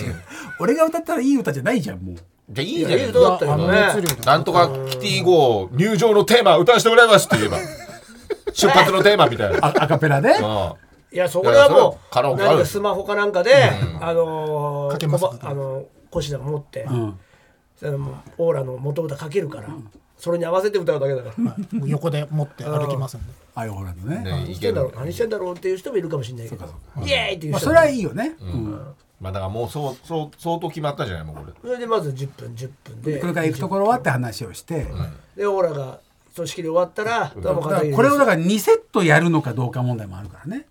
S2: そうね
S4: 俺が歌ったらいい歌じゃないじゃん、もう。
S2: じゃあいい
S3: い
S2: じゃ
S3: や
S2: ない
S3: い
S2: い
S3: 歌だったよ
S6: 熱
S3: ね。
S6: 量だ。
S2: なんとかキティ号入場のテーマ歌わせてもらいますって 言えば出発のテーマみたいな
S4: あアカペラで。
S2: ああ
S3: いや、そこはも
S2: カラオ
S3: う、
S2: ケある
S3: なんかスマホかなんかで、あのー、
S6: かけます
S3: こばあのー、コシダが持って、
S4: うん。
S3: それもうオーラの元歌かけるから、それに合わせて歌うだけだから。
S6: もう横で持って歩きますんで。
S4: アイオーランドね。
S2: ねい
S3: して
S2: け
S3: んだ
S2: る
S3: ろう何してんだろうっていう人もいるかもしれないけどイエーイっていう
S4: まあ、
S3: 人
S4: そ
S3: も
S4: れはいいよね。うん
S2: まあだからもうそうそう相当決まったじゃないもうこれ
S3: それでまず10分10分で
S4: これから行くところはって話をして、
S3: でオーラが組織で終わったらどうも
S4: だ
S3: 片
S4: から
S3: 桐です
S4: これをだから2セットやるのかどうか問題もあるからね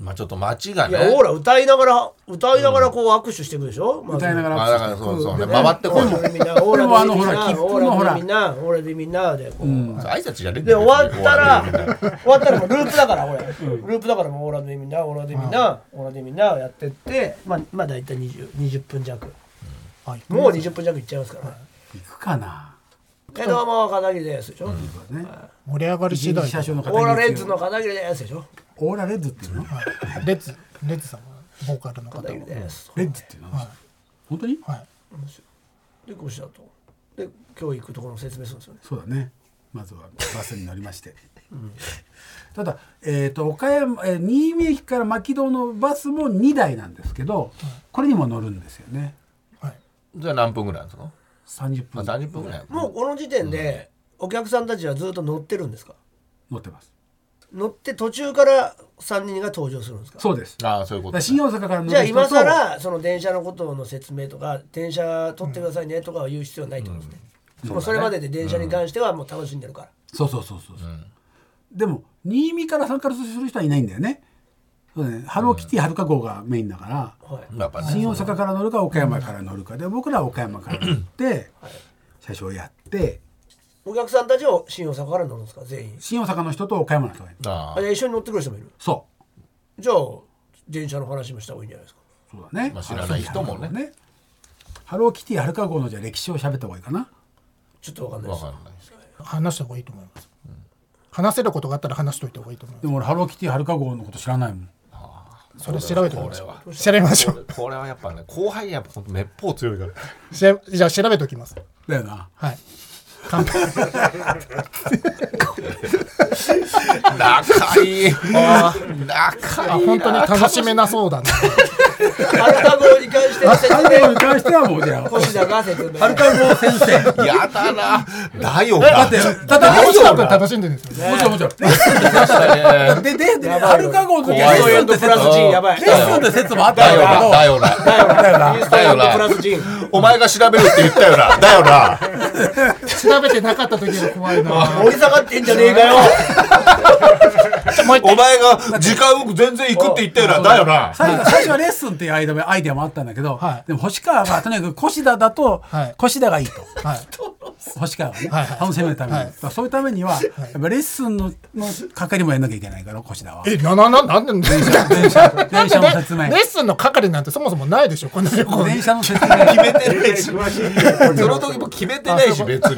S2: まあちょっと街が
S3: い
S2: ね
S3: やオーラ歌いながら歌いながらこう握手していくでしょまず
S4: 歌いながら
S2: まあだからそうそうね回ってこ
S3: オ
S2: い
S3: ーラでみんなオー
S4: でもあのほ
S3: ラ
S4: ら
S3: でみんな
S4: 切符の
S3: オーラでみ
S4: ほら
S3: んなオーラでみんなでこう
S2: 挨拶じゃねえんだ
S3: で
S2: よ
S3: 終わったら
S2: 別にこ
S3: 終わったらもうループだからこれループだからもうオーラでみんなオーラでみんなオーラでみんなやってってまあまあ大体 20, 20分弱
S6: はい。
S3: もう20分弱いっちゃいますから
S4: 行くかな、
S3: えどうも片桐ですでしょ
S4: ね、
S6: 盛り上がり次
S4: 一
S6: 第
S4: 日
S6: で。
S4: 車掌の方
S3: オーラレンズ
S4: の
S3: の片桐ですでしょ
S4: オーラレッズっていうの
S6: はいレッツレッツさんはボーカルの方。は
S3: 片
S6: い
S3: 桐。です
S4: レッズっていうの本当に
S3: でこうしたとで今日行くところの説明するんですよね
S4: そうだねまずはバスに乗りまして、ただ、えー、と岡山、えー新見駅から牧道のバスも2台なんですけどこれにも乗るんですよね
S6: はい。
S2: うじゃあ何分ぐらいなんですか
S4: 30
S2: ま
S4: 分
S2: あ30分ぐらい
S3: もうこの時点でお客さんたちはずっと乗ってるんですか
S4: 乗ってます
S3: 乗って途中から3人が登場するんですか
S4: そうですだか
S2: ああそういうこと
S4: ら新大阪から乗る
S3: じゃあ
S4: 人と
S3: 今さらその電車のことの説明とか電車取ってくださいねとかは言う必要はないってことですね、もうそれまでで電車に関してはもう楽しんでるから、
S4: そうそうそうそうそう、でも新見から参加する人はいないんだよねそうだねハローキティはるか号がメインだから、
S3: はい
S2: やっぱね
S4: 新大阪から乗るか岡山から乗るかで僕らは岡山から乗って車掌やって
S3: お客さんたちは新大阪から乗るんですか全員
S4: 新大阪の人と岡山の人がいる
S2: あ
S3: あじゃあ一緒に乗ってくる人もいる
S4: そ
S3: じゃあ電車の話もした方がいいんじゃないですか
S4: うそうだね、
S2: まあ知らない人もね
S4: ハローキティはるか号のじゃあ歴史を喋った方がいいかな
S3: ちょっとわかん
S2: あ
S3: ないで
S2: わ
S3: す
S2: かんないです
S6: 話した方がいいと思います。話せることがあったら話しといた方がいいと思い
S4: でも俺ハローキティはるか号のこと知らないもん
S6: ます。それ調べておきまし
S2: これは
S6: ょう。調べましょう。
S2: これはやっぱね後輩やっぱほんとめっぽう強 いから
S6: しらじゃあ調べておきます。
S4: だよな
S6: はい。乾杯。
S2: 仲いい 仲
S6: あ
S2: いい
S6: 本当に楽しめなそうだな。
S3: アルカ号に関しての説
S4: ハルカ号に関してはも うじゃあ
S3: 星田が説明
S4: ハルカ号先生
S2: や だなだよ
S4: だ
S2: な
S4: ってだって
S6: 楽し
S4: だ
S6: か
S4: っ
S6: ってた楽しんでるんですよね。
S4: もちろんもちろんで、で、で、
S3: やばい
S4: アルカ号の時
S2: 怖い
S4: レッ
S2: よ
S4: スンって
S3: プラス G やばい
S4: レッスンって説もあった
S2: だ
S4: ん
S2: よなだ
S4: だ
S2: よな
S3: だよなインスタグラムプラスジン
S2: お前が調べるって言ったよなだよな
S6: 調べてなかった時が怖いな。
S3: 盛り下がってんじゃねえか よ
S2: お前が時間僕全然行くって言った よなだよな
S4: けど最初最初はレッスンっていう間もアイデアもあったんだけど、
S6: はい
S4: でも星川 がとにかく腰田だと
S6: はい
S4: 腰田がいいと、
S6: はい。
S4: 星川がね、
S6: はいはい
S4: 楽しめるために、
S6: はい
S4: だからそういうためには、やっぱレッスンのの係もやんなきゃいけないから腰田は
S6: え、な、な、な、なんで、 なんで
S4: 電車電車の説明
S6: レッスンの係なんてそもそもないでしょ、この旅行
S4: 電
S6: に。
S4: 車の説
S2: 決
S4: 明
S2: めてな いしその時も決めてないし別に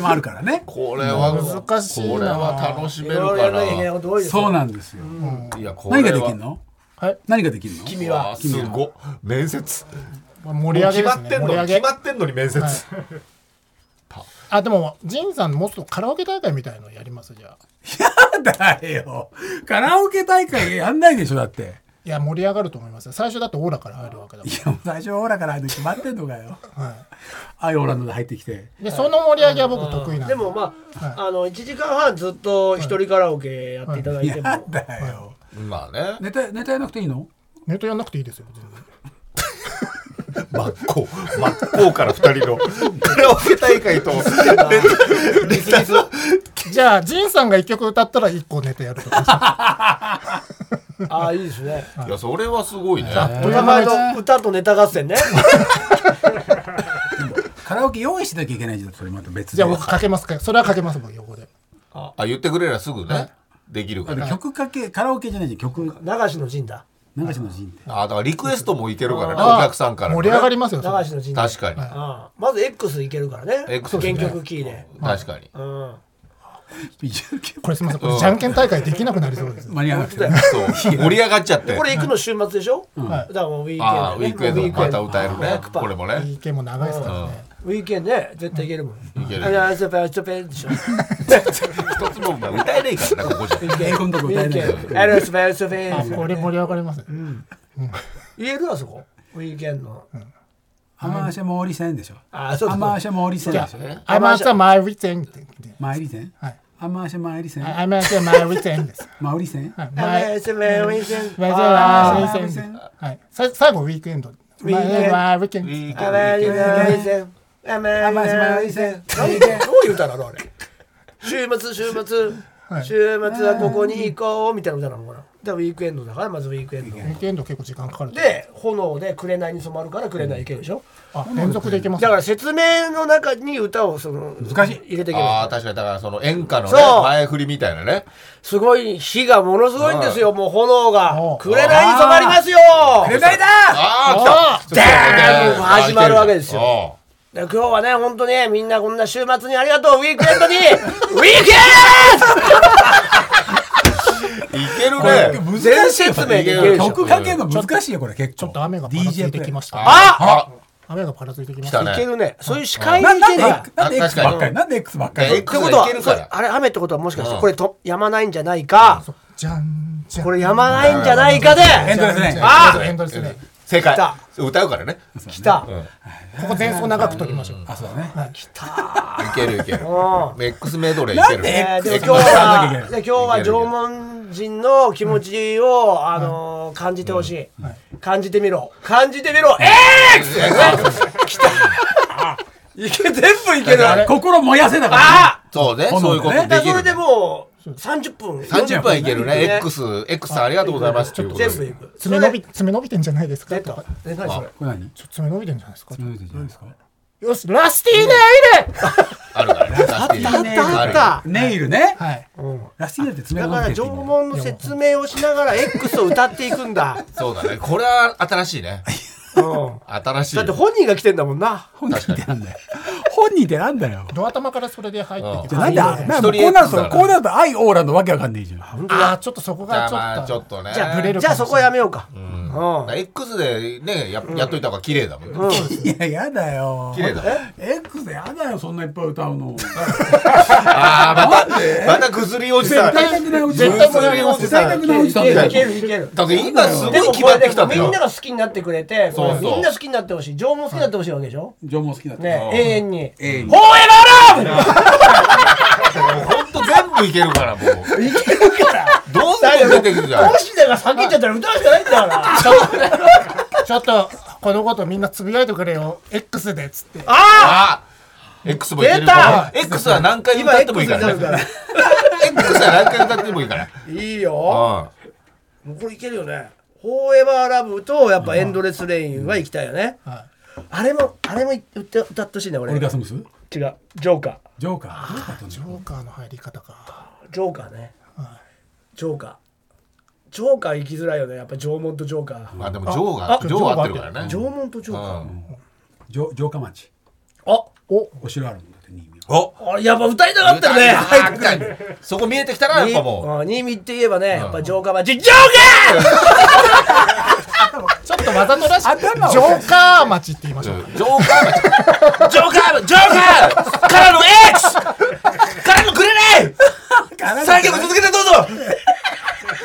S4: もあるから ね
S2: これは
S6: 難しいな
S2: これは楽し
S3: い
S2: める
S3: ろいろ
S2: か
S3: やらなきゃいけない
S2: ら
S3: こと多いですよ
S4: そうなんですよ、
S2: いやこれ
S4: 何
S2: は
S4: ができるの
S6: はい。
S4: 何ができるの
S3: 君
S2: うわ
S3: は
S2: すご面接
S6: 盛り上
S2: 決
S6: げで
S2: ますっ
S6: ね。
S2: てん
S6: 盛り
S2: の
S6: 上
S2: に決
S6: げ。
S2: まってんのに面接
S6: あ、でも、ジンさん、もっとカラオケ大会みたいのやります、じゃあ。
S4: だよカラオケ大会やんないでしょだって
S6: いや、盛り上がると思いますよ。最初だってオーラから入るわけだか
S4: いやもう最初はオーラから入る決まってんのかよ
S6: ら。は
S4: アイオーランドで入ってきて
S6: い。で、その盛り上げは僕得意なん
S3: でもまああの1時間半ずっと一人カラオケやっていただいても
S4: やだよ
S2: まあね
S4: ネタネタやなくていいの
S6: ネットやんなくていいですよ、全然。
S2: 真っ向真っ向から二人のカラオケ大会とレタス
S6: じゃあ、ジンさんが一曲歌ったら一個ネタやるとか。
S3: ああいいですね
S2: いやそれはすごいね
S3: お互いの歌とネタ合戦ね
S4: カラオケ用意しなきゃいけないじゃんそれまた別で
S6: じゃあ僕かけますかそれはかけますもん横で
S2: あ言ってくれればすぐねできるか
S4: あの
S2: ら
S4: 曲かけカラオケじゃないじゃん曲流
S3: 流しの陣だ
S4: しの陣って
S2: あだからリクエストもいけるからねお客さんからの
S6: 盛
S2: ね
S6: り上がりますよ
S3: 流
S6: それ
S3: しの陣だ
S2: 確かに
S3: ああまず X いけるからね
S2: X
S3: 原曲キーで、
S2: 確かに
S3: うん、
S6: これすみませんこれじゃんけん大会できなくなりそうです
S4: 間に合わなくて
S2: そう盛り上がっちゃって
S3: これ行くの週末でしょ、
S6: はい
S3: だからもうウィーケンド、ね、
S2: ああウィークエンド
S3: もう
S2: また歌えるね
S3: 100%
S2: これもね
S6: PK も長いですからね
S3: ウィーケンドね絶対いけるもん
S2: いける
S3: あれあれちょっとあれちょっとでしょ
S2: 一つも歌えねえからなここじゃ
S4: 英語のとこ
S3: ウィ
S4: 歌え
S3: ー
S4: な
S3: ケ
S4: い
S3: ンドあれちょっとあれちょっと
S6: あこれ盛り上がりますね
S3: 言えるあそこウィーケンドの
S4: アマーシャモーリセンでしょ
S3: あそうそう
S4: アマーシャモーリセンでしょ
S6: アマーシャマイリテンって言って
S4: マイリセン
S6: はい
S4: アマーシャマイリセン
S6: アマーシャマイリテンです
S4: マウリセン
S6: はい
S3: あ
S6: マイ
S3: れちょっとあれウィーケンド
S6: マイ
S3: あ
S6: マイリテ
S4: あ
S6: ンはいさ最後ウィークエンドマイマイウィークエンド
S2: ん
S3: あれちょっとあれウィーケンドあれ
S4: マーシャマイリ
S3: ち
S4: セン
S3: ょっとあれウィーケンドどういう歌なのあれ週末週末
S6: はい
S3: 週末はここに行こうみたいな歌なのかなだからウィークエンドだからまずウィークエンド
S6: ウィークエンド結構時間かかる
S3: で炎で紅に染まるから紅いけるでしょ、
S6: あ連続でいけます
S3: だから説明の中に歌をその
S4: 難しい
S3: 入れていけ
S2: ああ
S3: ば
S2: 確かにだからその演歌のね
S3: そう
S2: 前振りみたいなね
S3: すごい火がものすごいんですよもう炎が
S6: おう
S3: 紅に染まりますよ
S4: 紅だ
S2: ああ来た
S3: ダーン
S2: そう
S3: 始まるわけですよ
S2: あ
S3: で今日はね本当ねみんなこんな週末にありがとうウィークエンドにウィークエ
S2: あいけるね
S4: 難
S3: 全
S4: しいよ
S3: 説明でいけるでしょ
S4: 曲かけるの難しいよこれ結構
S6: ちょっと雨がパラつ
S4: DJ
S6: いてきました
S2: あ
S6: 雨がパラついてきまし
S2: 来た
S6: た
S2: ね
S3: ンドいけるねそういう視界に
S4: ないんなん
S3: け
S4: で
S3: るなっ
S4: なんで X ばっかり
S2: い
S4: なんで X ばっかり
S2: や
S3: てことはい
S2: けるから
S3: あれ雨ってことはもしかし
S2: う
S3: て
S2: ん
S3: これとやまないんじゃないか
S6: じゃんじゃん
S3: これやまないんじゃないかで
S4: エンドレスね
S3: あ
S6: エンドレスね
S2: 正解
S3: 来た
S2: 歌うからね
S3: 来た、
S6: ここ前奏長くときましょう
S4: あそうだね
S2: いけるいけ
S3: う
S2: る X メドレーい
S4: な
S2: け
S4: ん
S2: る
S4: で
S3: えーでも今日
S4: X ばっかり
S3: は
S4: な、ん
S3: で
S4: だ
S3: 今日は縄文人の気持ちを、あのー感じてほしい、感じてみろ。感じてみろ。ええいけ、全部いける。
S4: けど心燃やせだから
S3: あ
S2: そうね
S4: 炎
S2: そういうこと
S4: ね
S2: で
S3: だから
S2: き
S3: それで
S2: る
S3: もう、30分。
S2: 30分はいけるね
S3: ね
S2: X X さんありがとうございますっていうこと
S3: 全
S2: で
S3: 部いく。
S6: 爪伸び爪伸びてんじゃないですか
S3: 出
S6: と
S3: た
S6: か。
S3: え、何それ。
S4: これ何
S6: ちょ爪伸びてんじゃないですか
S4: 何じゃないですか
S6: よしラスティーネイレ
S2: あるからねあった
S3: あったあった。
S4: ネイルね
S6: はい
S4: ラスティーナって爪
S3: だ
S4: が
S3: か
S4: 伸
S3: ら
S4: びて
S3: 縄
S4: るっ
S3: 文の
S4: て意味
S3: 説明をしながら X を歌っていくんだ。
S2: そうだねこれは新しいね
S3: うん
S2: 新しい
S3: だって本人が来てんだもんな。
S4: 本人ってなんだよ 本人ってなんだよ
S6: ドア玉からそれで入って
S4: じ
S6: きて
S4: ゃあなんであなんか
S2: 一人
S4: こうなる
S2: X だ
S4: と
S2: な
S4: こうなるとアイオーラのわけわかんないじゃん
S6: あーちょっとそこ
S2: じゃ
S6: が
S2: あ
S6: ちょ
S2: まあちょ
S6: っと
S2: っとね
S3: じゃ
S6: ブレる
S3: あ、じゃあそこはやめようか。うん。
S2: X でねややっといた方が綺麗だもんね
S4: いや、やだよ。
S2: 綺麗だね
S4: X でやだよ、そんないっぱい歌う の。
S2: ああまたまた薬おじさん
S4: なくなおじ
S2: 絶対盛り上げますよ
S4: 絶対なくなおじさん
S3: い
S4: だよ。
S3: けるいけるいける。
S2: だって今すご
S3: でも
S2: い決
S3: こ
S2: まっ
S3: れ
S2: て
S3: で
S2: きたんだ
S3: みんな
S2: よ
S3: が好きになってくれて
S2: そうそう
S3: みんな好きになってほしい情も好きになってほしいわけでしょ
S4: 情も好きだった。
S3: ね永遠に
S4: 永遠
S3: フォ
S4: に
S3: ーエバーラ
S2: ほんと全部いけるからもういけるからどんどん出てくるじゃん
S3: ブ星田が叫んじゃったら歌うしかないんだからあ
S6: ちょっとこのことみんなつぶやいてくれよ X でっつって
S3: あ
S2: あ X もいけるから X は何回歌ってもいいからね X は何回歌ってもいいから
S3: い いよもうこれいけるよねフォーエバーラブとやっぱエンドレスレインは行きたいよねあれもあれも歌ってほしいね俺
S4: オ
S3: 違
S4: ル
S3: う
S4: ガスムス
S3: ジョーカー
S4: ジョーカー。ジョーカーとね
S6: ジョーカーの入り方か
S3: ジョーカーねジョーカージョーカー行きづらいよねやっぱ縄文とジョーカー
S2: うんあでもジョーがジョー合ってるからね
S3: 縄文とジョーカー
S4: ジョジョーカー町。
S3: あ
S4: お城あるもんだって、新見
S2: お
S3: あやっぱ歌いたかったよね
S2: あ来たそこ見えてきたなやっぱも
S3: うん新見って言えばね、やっぱ城下町、城下
S6: ちょっとわざとらしく
S4: 頭を
S6: ジョーカー町って言いまし
S2: う
S6: ょう
S2: うんジョーカーが
S3: 城下城下からの X! からのくれない
S2: 3曲続けてどうぞ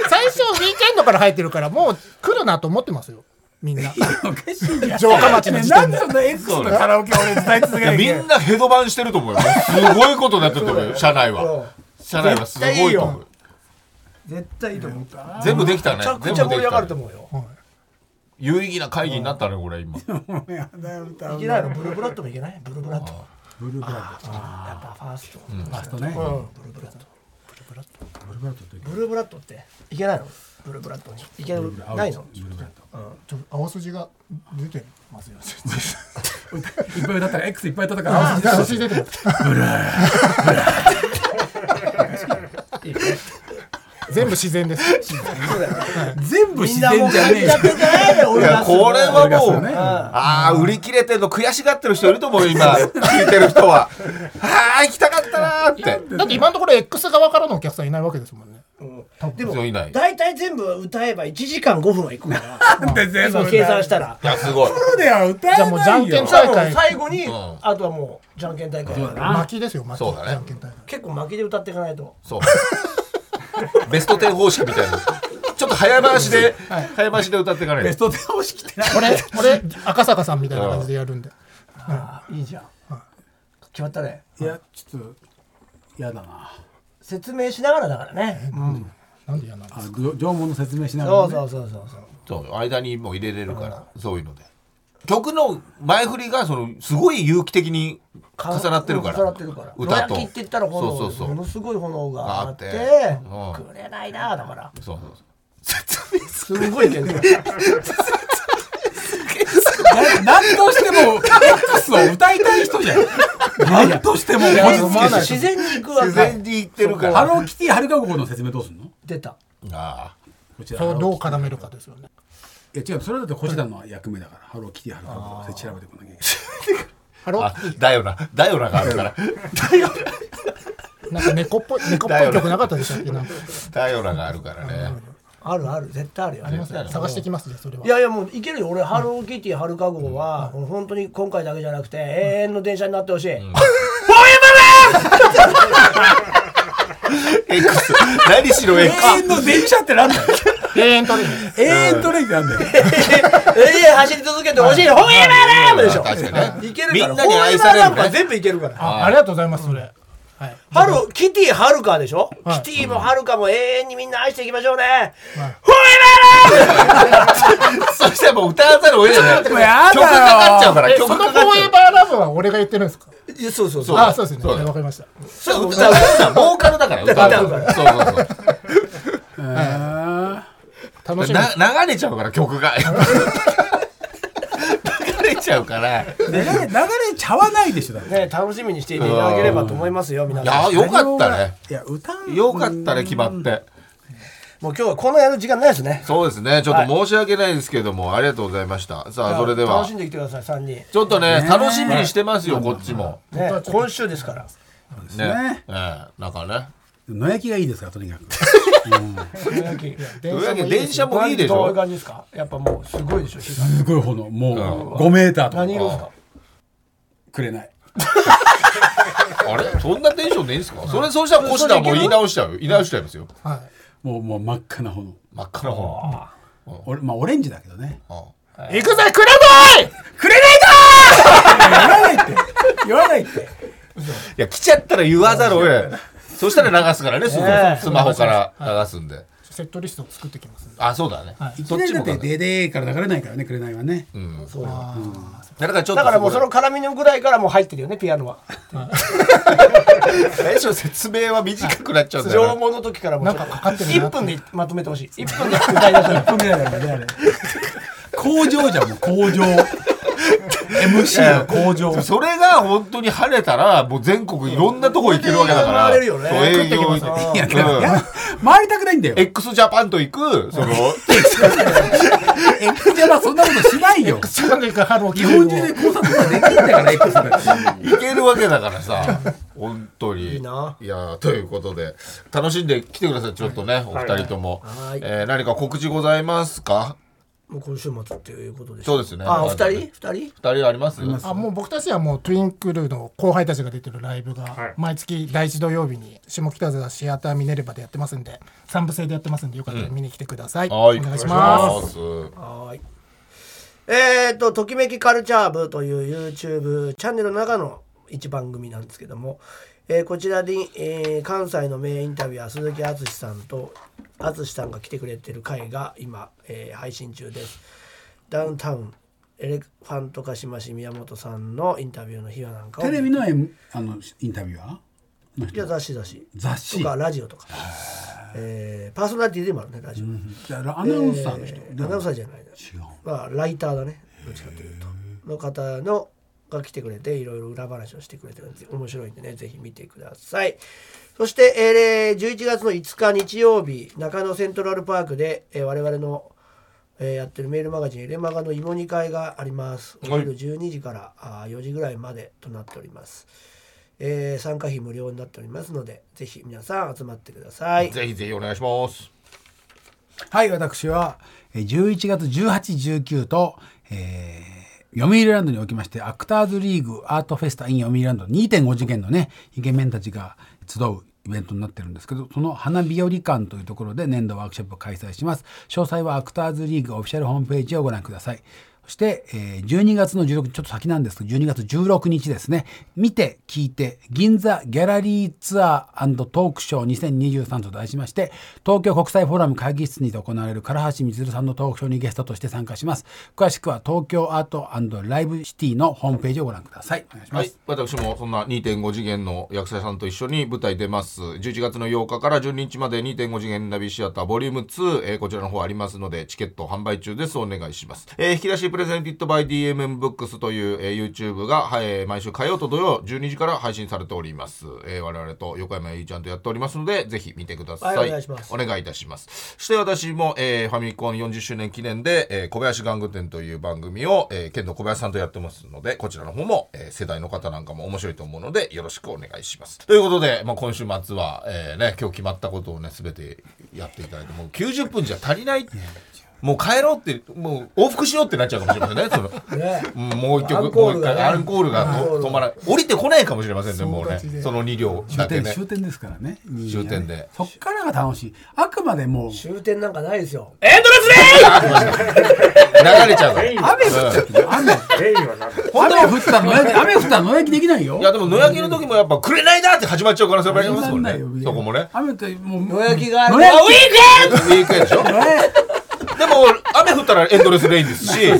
S6: 最初ウィーケンドから入ってるからもう来るなと思ってますよみんな
S4: おかしいじゃん。
S6: 城下町の時点で
S4: なんでそんな X のカラオケを俺伝え続
S2: い
S4: け
S2: や
S4: な
S2: み
S4: きゃい
S2: んなヘドバンしてると思うよすごいことになってると思うよ車内は車内はすごいと思う
S3: 絶対いいと思う。
S2: 全部できたね
S3: めちゃく
S2: 全
S3: ちゃ
S2: 部
S3: 盛
S2: で
S3: り
S2: き
S3: 上が
S2: た
S3: ると
S2: ね
S3: 思うよ。
S2: 有意義な会議になったねこれ今
S4: けない。やだよ、歌
S3: いうけ
S4: の。
S3: ないの、ブルーブラッドもいけないブルーブラッド。やっ
S4: ブルーブラッ
S3: ぱファースト。
S4: ド。ファーストね。
S3: ブルーブラッド。
S4: ブルーブラッドというか
S3: ブルーブラッドっていけないのブルーブラッドに。いけないの
S4: ブルーブラッド
S3: ないの
S4: ブルーブラッド。
S6: ちょっと青筋が出てますよ
S4: いっぱい歌ったら X いっぱい歌ったからあ
S6: あ星出てる全部自 然です。
S4: 全部
S3: みん
S4: 自
S3: なも
S4: 然
S3: う
S4: じゃね
S3: 買
S4: え
S3: っちゃってんじゃないよ
S2: い
S3: 俺
S2: や
S3: がすごい
S2: これは
S4: 俺がす
S2: も
S4: る
S2: う、
S4: ね
S2: ああ売り切れてんの悔しがってる人いると思うよ今聞いてる人はああ行きたかったなーって
S6: だって今のところ X 側からのお客さんいないわけですもんね。
S3: で
S2: そういな
S3: も
S2: い
S3: 大体全部歌えば1時間5分はい くから
S4: なんで全部
S3: 今計算したら
S2: いやすごい
S4: プロでは歌えないよ
S6: じゃあもうじゃんけん
S3: じゃあもう最後に
S2: ん
S3: あとはもうじゃんけん大会
S6: 巻きですよ、巻き。
S2: そうだね
S6: じゃんけん大会
S3: 結構負けで歌っていかないと
S2: そうベスト10方式みたいなちょっと早回しで、早回しで歌っていかない
S4: ベス
S2: と
S4: トテン方式ってない
S6: これ、これ、赤坂さんみたいな感じでやるんで。
S3: いいじゃん決まったね
S4: いやちょっと嫌だな
S3: 説明しながらだからねうん
S6: なんで嫌なんです
S4: あ
S6: か
S4: の縄文の説明しなが
S3: そ
S4: ら
S3: う
S4: ね
S3: そうそうそうそう
S2: そう間にもう入れれるから、そういうので曲の前振りがそのすごい有機的に重なってるから
S3: 重なってるから
S2: 歌
S3: 野
S2: と
S3: 焼きって言ったら炎
S2: そうそうそう
S3: ものすごい炎があって
S2: あってう
S3: く
S2: ん
S3: れないなあだから
S2: そうそうそう説明す
S3: すご いけ ど
S4: な何としても X を歌いたい人じゃん何としてもこじつけし
S3: 自然に行くわ
S2: 自然に言ってるから
S4: ハローキティはるかごの説明どうすんの
S3: 出た
S2: ああ
S4: こちら
S6: それをどう
S4: ハロー
S6: 絡めるかですよね。
S4: キティいや違うそれだってこちらの役目だからハローキティはるかごの調べてこなきゃいけない
S6: ハロ
S2: あだよなだよながあるからだよ
S6: なんか猫っぽい、猫っぽい曲なかったでしたっけなんか
S2: なだよながあるからね
S3: あるある絶対あるよ。
S6: ありますね探してきますね、それはい
S3: やいやもういけるよ俺ハローキティハルカ号はもう本当に今回だけじゃなくて永遠の電車になってほしい、
S2: X 何しろ X
S4: 永遠の電車ってなんだよ
S6: 永遠とね、
S4: 永遠トレインってなんだよ
S3: 永遠走り続けてほしい、ホイエバラーでしょ。
S2: 確かにね
S3: いけるから、
S2: みんなに愛されるね
S3: ホイエバラーなんか全部いけるから。
S6: あありがとうございます、それ。はい。
S3: ハロー、キティ、ハルカでしょ
S6: はい
S3: キティもハルカも永遠にみんな愛していきましょうね。
S2: そしたらもう歌わざるを得ない。曲
S4: もう
S2: か
S4: やだよ
S2: かっちゃうから、
S6: え、
S2: 曲
S6: そ
S2: か
S6: の
S2: かっ
S6: フォ
S2: ちゃ
S6: ーエバーラブは俺が言ってるんですか
S3: いやそうそうそう。
S2: だ
S6: あ、そうですね。
S2: そうだ
S6: わかりました。
S2: う。歌う歌うボーカルだから、歌う
S3: 歌う
S2: から。そうそうそう
S6: 楽しみ。
S2: な流れちゃうから、曲が。流れちゃうから。い
S4: 流れ流れちゃわないでしょだって
S3: ね、楽しみにしていただければと思いますよ、皆さ
S2: や、
S3: ん。
S2: よかったね。
S4: いや歌う
S2: よかったね、決まって。
S3: もう今日はこのやる時間ないですね。
S2: そうですね、ちょっと申し訳ないですけども、ありがとうございました。さあ、それでは
S3: 楽し。んできてください、3人。
S2: ちょっとね、楽しみにしてますよ、こっちも。
S3: ね、今週ですから。
S2: ね。ええ、なんかね。
S4: 野焼きがいいですからとにかく
S2: というわけで電車もいいでし
S3: どういう
S2: ょ
S3: 感じですかやっぱもうすごいでしょ、火が
S4: すごい炎もう5メーターとか
S3: 何色ですか
S4: くれない
S2: あれそんなテンションでいいんですかそれ、そうしたら、コシダも言い直しちゃうよ。言い直しちゃいますよ。
S6: はい。
S4: もうもう真っ赤な炎
S2: 真っ赤な方。
S4: 俺まあオレンジだけどね
S2: うん
S6: 行くぜ、くれない
S4: くれないだー言わないって言わないって
S2: いや、来ちゃったら言わざるを得ない。そしたら流すからね、すぐスマホから流すんで。
S6: セットリストを作ってきますんで。
S2: あ、そうだね。
S4: いき
S2: そっ
S4: なり
S2: ち
S4: だ
S2: も
S4: って
S2: か
S4: デデーから流れないからねくれないはね
S2: だからちょっと
S3: だからもうその
S2: こ
S3: 絡みのぐらいからもう入ってるよね、ピアノは。
S2: で 最初説明は短くなっちゃうんだよ
S3: 縄
S2: な。
S3: 文の時からも
S6: なんかかかってる
S3: 1
S6: な
S3: 分でまとめてほしい1分で歌い出した
S4: 1分ぐらいだからねあれ工場じゃんもう工場 MC の工場
S2: それが本当に晴れたら、もう全国いろんなとこ行けるわけだか
S3: うん
S2: ら。
S3: 回れるよね
S2: そう営業
S6: 食ってきま
S4: いやだからい
S2: うん
S4: や回りたくないんだよ
S2: X ジャパンと行く、 その、
S4: X じゃなそんなことしないよ
S6: なんでハロー
S4: 日本中で考察ができるんだから X だから
S2: 行けるわけだからさ、本当に。
S3: いいない
S2: やーということで、楽しんで来てください、ちょっとね、お二人とも。
S3: はい
S2: えー何か告知ございますか
S3: もう今週末っていうことでしょ
S2: そうですね。
S3: あお二人
S2: 二
S3: 二人
S2: 人あります
S6: あもう僕たちはもうトゥインクルーの後輩たちが出てるライブ
S5: はい
S6: が毎月第一土曜日に下北沢シアターミネルヴァでやってますんで三部制でやってますんでよかったら見に来てください、
S2: はい、
S6: お願いします
S2: す。は
S3: はーいえー、と「ときめきカルチャー部」という YouTube チャンネルの中の一番組なんですけども、えーこちらに、えー関西の名インタビュアー鈴木敦さんと敦さんが来てくれてる回が今、えー配信中ですダウンタウンエレファントカシマシ宮本さんのインタビューの秘話なんかを
S4: テレビの、M、あのインタビュアーの
S3: いや
S4: 人
S3: 雑誌雑誌
S4: 雑
S3: と
S4: 誌
S3: かラジオとか、えーパーソナリティでもあるねラジオ、
S4: じゃあアナウンサーの人、
S3: えーアナウンサーじゃないな
S4: 違う
S3: まあライターだねどっちかというとの方のが来てくれていろいろ裏話をしてくれてるんで面白いんでねぜひ見てくださいそして、えー11月の5日日曜日中野セントラルパークで、えー我々の、えーやってるメールマガジン「エレマガ」の芋煮会がありますお
S2: はい
S3: 昼12時からあー4時ぐらいまでとなっております、えー参加費無料になっておりますのでぜひ皆さん集まってください
S2: ぜひぜひお願いします。
S4: はい、私はえー11月18、19と、えー、読売ランドにおきまして、アクターズリーグアートフェスタ in 読売ランド2.5次元のね、イケメンたちが集うイベントになってるんですけど、その花日和館というところで年度ワークショップを開催します。詳細はアクターズリーグオフィシャルホームページをご覧ください。そして、えー12月の16日、ちょっと先なんですけど、12月16日ですね、見て、聞いて、銀座ギャラリーツアートークショー2023と題しまして、東京国際フォーラム会議室にて行われる唐橋光さんのトークショーにゲストとして参加します。詳しくは東京アートライブシティのホームページをご覧ください。お願いしま
S2: はい
S4: す。、
S2: 私もそんな2.5次元の薬剤さんと一緒に舞台出ます。11月の8日から12日まで2.5次元ナビシアターボリューム2、えーこちらの方ありますので、チケット販売中です。お願いします。えー引き出しプレゼンティットバイ DMM ブックスという、えー YouTube が、はいえー毎週火曜と土曜12時から配信されております。えー我々と横山ゆいちゃんとやっておりますので、ぜひ見てください。
S3: はいお願いします
S2: お願いいたします。そして私も、えーファミコン40周年記念で、えー小林玩具店という番組を、えー、剣道小林さんとやってますので、こちらの方も、えー世代の方なんかも面白いと思うので、よろしくお願いします。ということで、まあ、今週末は、えーね、今日決まったことをね、すべてやっていただいて、もう90分じゃ足りない。もう帰ろうって、もう往復しようってなっちゃうかもしれません ね。その
S3: ね
S2: うんもう一曲、
S3: アンコールがね
S2: もう一回アンコールが
S3: アンコール
S2: 止まらない。降りてこないかもしれませんね、もうね
S6: 総立ち。で
S2: その2両
S4: 終
S2: だけ
S4: 点、
S2: ね。
S4: 終点ですからね。
S2: 終点で
S4: そっからが楽しい。あくまでもう、
S3: 終点なんかないですよ
S2: 流れちゃうから。
S4: 雨降った時 の雨、
S5: レインは何だ
S4: 雨降ったのやき、雨降ったのやきできないよ。
S2: いやでも野焼きの時もやっぱ「くれないだ!」って始まっちゃう可能性もありますもん
S4: な
S2: ね
S4: いよ
S2: そこもね
S4: 雨ってもう
S3: 野焼きがある
S4: 野焼き
S2: ウィークエンドでしょでも雨降ったらエンドレスレインですしい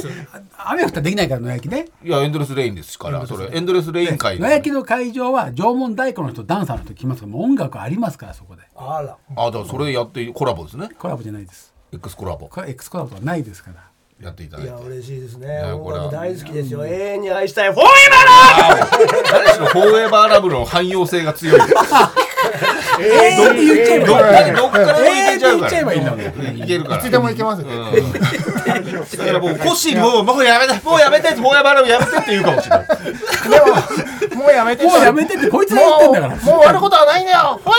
S4: 雨降ったらできないから野焼きね
S2: やエンドレスレインですからそれエンドレスレイン会
S4: 野
S2: あ
S4: 焼きの会場は縄文太鼓の人ダンサーの人来ますからもう音楽ありますからそこで
S3: あら
S2: だからそれやってコラボですね
S4: コラボじゃないです
S2: X コラボ
S4: これ X コラボはないですから
S2: やっていただ
S3: い
S2: いて
S3: や嬉しいです
S2: い
S3: ね
S2: やこ
S3: 音
S2: れは
S3: 楽大好きですよ永遠に愛したいフォーエバー
S2: 誰しろフォーエバーラブの汎用性が 強いどっ
S4: どう言っちゃえばいいの
S2: どっからでもいけちゃう
S4: 言っ
S2: か
S4: ちゃえばいいんだもん
S2: らいけるから
S6: いつでも行けますね。
S2: だからもうコッシーにもうもうやめてもうやめてフォーエバーラブやめてって言うかもしれない
S6: でも、もうやめて。
S4: もうやめてってこいつが言ってんだから
S6: もうもう終わることはないんだよ。おい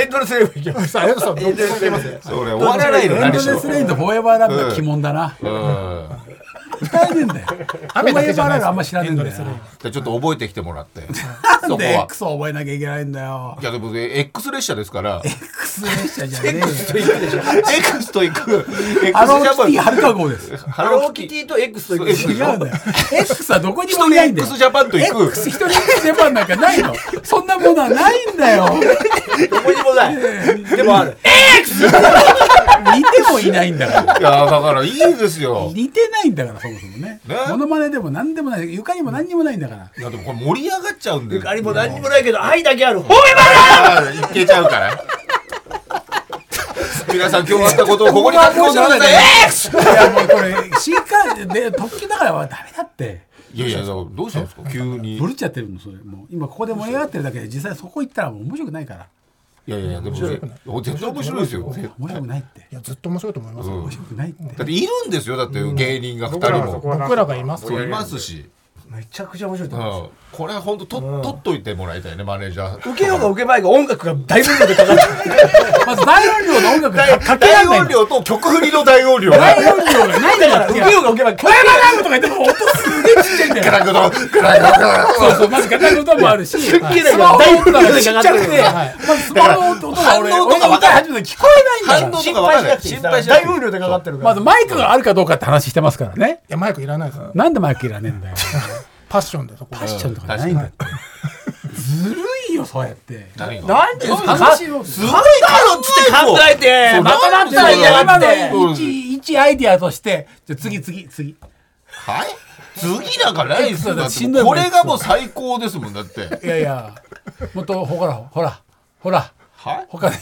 S2: エンドレスレインいけ
S6: さあ、ありがとうございます。
S2: それ終わらないの
S4: エン
S2: 何
S4: ド
S2: しろ
S4: レスレインとフォーエバーラブが鬼門だ な
S2: うん
S4: 歌えねえんだよフォ
S6: 雨だ
S4: ーエ
S6: けじゃ
S4: バーラ
S6: ない
S4: ブあんま知らねえんだよ
S2: じゃあちょっと覚えてきてもらって。
S4: な
S2: そ
S4: ん
S2: こ
S4: で
S2: は。
S4: X を覚えなきゃいけないん だよ
S2: いやでもえ X 列車ですから、
S4: X 列車じゃねえよ
S2: X と行く、X ジ
S4: ハローキティ
S2: ャパ
S4: はるか号です
S2: ン、ハ
S3: ハローキ
S2: キテ
S3: ティと X という
S2: そう
S4: 違 うんだよ X はどこにもい
S2: ィ、
S4: ないんだよ
S2: X ジャパンと行く、
S4: X 一人 X ジャパンなんかないのそんなものはないんだよ
S3: どこにもないでもある
S4: 似てもいないんだから。
S2: いやだからいいですよ。
S4: 似てないんだから、そもそもね
S2: ね。
S4: モノマネでも何でもない。床にも何にもないんだから。
S2: いやでもこれ盛り上がっちゃうんで、
S3: あれも何にもないけど愛だけあるフォーエバ
S2: あーいけちゃうから。皆さん今日あったことをここに発表してください。X。
S4: いや、もうこれ、新幹線で、特急だからはダメだって。
S2: いやいやどうしたんですか急に。い
S4: ブルっちゃってるの、それ。もう今ここで盛り上がってるだけで、実際そこ行ったらもう面白くないから。
S2: やいやいやでもそれ絶対面白いですよ。
S4: 面白くないって
S6: い。や、ずっと面白いと思いますよ。
S4: 面白くないって。
S2: だっているんですよだって芸人が二
S5: 僕ら
S2: 人
S5: はそこ
S2: も
S5: は
S6: 僕らがいます
S2: そう
S6: よ。
S2: いますし。
S3: ーめちゃくちゃ面白いと思います
S2: うんこれは本当と、取っといてもらいたいねマネージャー
S3: 受けようが受けまいが音楽が大分量でかかってる
S4: まず大音量の音楽がかけら
S2: 大
S4: れないん
S2: 音
S4: だよ。
S2: 量と曲振りの大音量が
S4: 大音量がないんだから。
S3: 受け
S4: いや
S3: ようが受けまいが
S4: ライバライブとか言っても音すげえちっちゃいんだ
S2: ガ
S4: よ。
S2: ラグドガラグドガラグ
S4: そうそう、まずガタ歌もあるし、スマホ
S3: けない
S4: の音
S3: だ
S4: が
S3: いぶ
S4: ちっちゃくて、まずスマホの音が俺、
S2: 反応と
S4: 俺
S2: か
S4: が
S2: 分
S4: 歌い
S2: か
S4: 始めて聞こえないんだ
S2: 反
S4: か
S2: 応
S4: ら。
S2: とか分からない心配しなく
S3: 大
S2: て
S3: 分量でかかってるから
S4: まずマイクがあるかどうかって話してますからね。
S6: いや、マイクいらないです。
S4: なんでマイクいらねえんだよ。
S6: パッションでそこ。
S4: パッションとかないんだって。ずるいよ、そうやって。
S2: 何が
S4: なんで話を。
S2: すごいだろっつって考えて
S4: まとまってない
S2: や
S4: 今
S2: って
S4: の一一アイディアとして、じゃあ次次次。
S2: はい次なんかないっすよだっ
S4: し
S2: て
S4: んどいもん
S2: これがもう最高ですもんだって
S4: いやいや、もっとほらほらほら
S2: はい
S4: 他で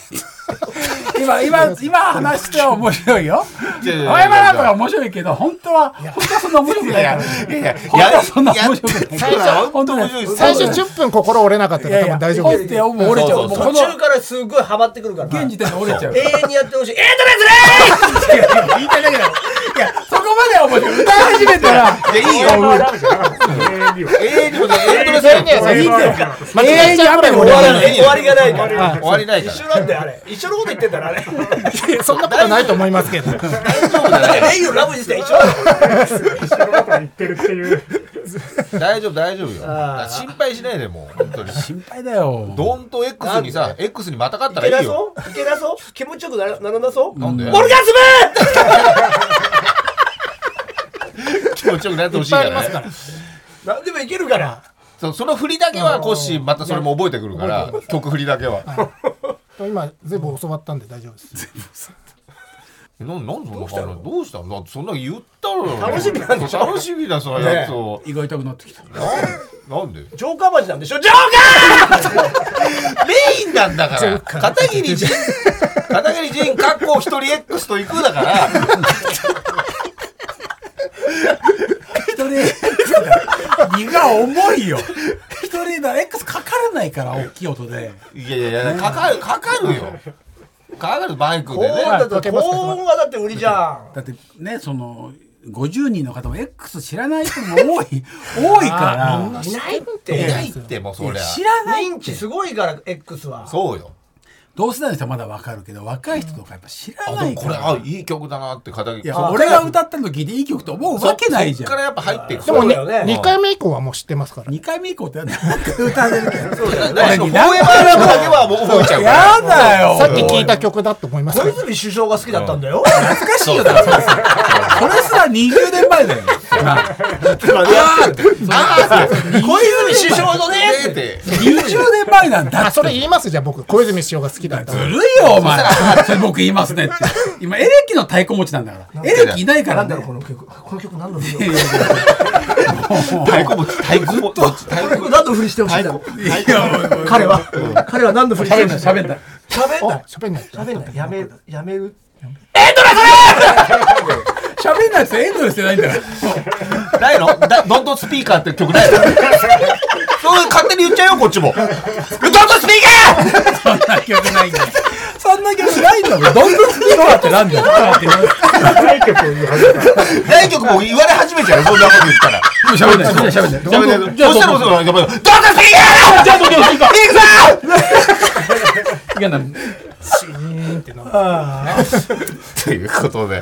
S4: 今今今話しては面白いよ
S2: いやいやいや
S4: 青山なんかは面白いけど本当は本当はそんな面白くないから本当はそんな面白くない
S2: 最初は
S4: 本当ね
S2: 面白いです
S6: 最初10分心折れなかった
S4: い
S6: ら
S4: や
S6: 多
S4: いや
S6: 分大丈
S4: 本
S6: 夫
S4: ってもう折れちゃう
S2: そううそう
S4: もこ
S3: 途
S4: の
S3: 中からすごいハマってくるから
S4: 現時点で折れちゃう
S3: 永遠にやってほしいエンドレスレース言いたいだけだよ
S4: いやそこまでは面白い歌い始めたら
S2: いやいい
S5: 青山
S2: よ
S5: はダメじゃなかったですね。永遠には
S2: 永遠にもねエンドレス
S6: それには
S5: そ
S6: さ
S5: れ
S6: いい
S5: は
S6: ね間
S4: 永
S6: 違え
S4: 遠に
S6: ちゃう
S4: 雨
S6: から
S4: が
S3: 終
S4: 終
S3: わら
S4: わら
S3: な
S4: ないい
S3: 終わりがないから
S2: 終わりないか
S3: 一緒
S2: ら
S3: なんだよあれ一緒のこと言ってんだろあれ
S6: そんなことないと思いますけど
S3: レイユラブジスで一緒だよ
S5: 一緒のことは言ってるっていう。
S2: 大丈夫大丈夫よ
S3: あー
S2: 心配しないでもう本当に
S4: 心配だよ
S2: ドンと X にさ X にまたがっ
S3: い
S2: た
S3: け
S2: らい
S3: ない
S2: よ
S3: そういけなそう気持ちよくならならなそう
S2: なんで
S3: オルガズム
S2: 気持ちよくなってほしいからね
S3: 何でもいけるから
S2: そうその振りだけはコッシーまたそれも覚えてくるから曲振りだけは
S6: 今全部教わったんで大丈夫です
S2: えなんなんそんな感じどうしたのだってそんな言ったろよ
S3: 楽しみなんでしょ
S2: 楽しみだそのやつを
S4: 胃が痛くなってきた
S2: なんなんで
S3: ジョーカー味なんでしょジョー
S2: メインなんだから片桐 仁片桐仁かっこ一人 X と行くだから
S4: 一人胃が重いよ一人だ X かからないから大きい音で
S2: いやいやいやかかるかかるよかかるバイク
S3: カー
S2: でね
S3: 高音だと高音がだって売りじゃん
S4: だってねその50人の方も X 知らない人も多い多いか
S3: いないっ
S2: い
S3: て
S2: ないってもうそりゃ
S4: ら知らない
S3: 認知すごいから X は
S2: そうよ
S4: 同世代の人はまだわかるけど若い人とかやっぱ知ら
S2: あ
S4: な
S2: でも
S4: いか
S2: これ
S4: ら
S2: あいい曲だなって片桐
S4: いや俺が歌ったの聞いていい曲と思うわけないじ
S2: そっから
S4: ゃん
S2: やっぱ入っていく
S6: でも
S3: そう
S6: ね
S3: だよね
S6: 2回目以降はもう知ってますから
S4: 2回目以降ってなんか歌えるけど
S2: そうだよねフォーエバーラブだけはもう覚えちゃうから
S4: やだよ
S6: さっき聞いた曲だと思います
S3: 小
S6: から
S3: 泉首相が好きだったんだよ
S4: 懐かしいよだからそれそれすら20年前だよな あ
S2: あーって
S3: 小泉首相のね
S2: えーって
S4: 20年前なんだ
S6: あそれ言いますじゃあ僕小泉師匠が好きだった
S4: ずるいよお前それ僕言いますねって今エレキの太鼓持ちなんだからエレキいないから
S3: なんだろ
S4: ね
S3: うこの曲この曲何の振
S4: い
S3: り
S4: やい
S3: を
S4: やいや
S2: 太鼓持ち太鼓持
S3: こ
S2: ち太
S3: の
S2: 鼓
S3: 曲何の振りしてほしいんだろう
S4: いやもう
S3: 彼は彼は何の振りして
S4: 喋ん
S3: ほし
S4: ないい喋んない
S3: 喋んない
S6: あ喋ん
S3: 喋
S6: ない
S3: んないやめるやめる
S4: 喋んないですエンドレスじゃないんだから
S2: ないのだドントンスピーカーって曲ないのそう勝手に言っちゃうよこっちもドントンスピーカー
S4: そんな曲ないんだよそんな曲ないんだもんどんどんスピーカーってなんだよ
S5: 対局を言い始めた。
S2: 大曲もう言われ始めちゃうよそんなこと言ったら
S4: 喋んない喋んない
S2: じゃあじゃあそしたらもうそうドントンスピーカー
S4: じゃあどけどいいか
S2: 行くぞ
S4: いやな
S2: ということで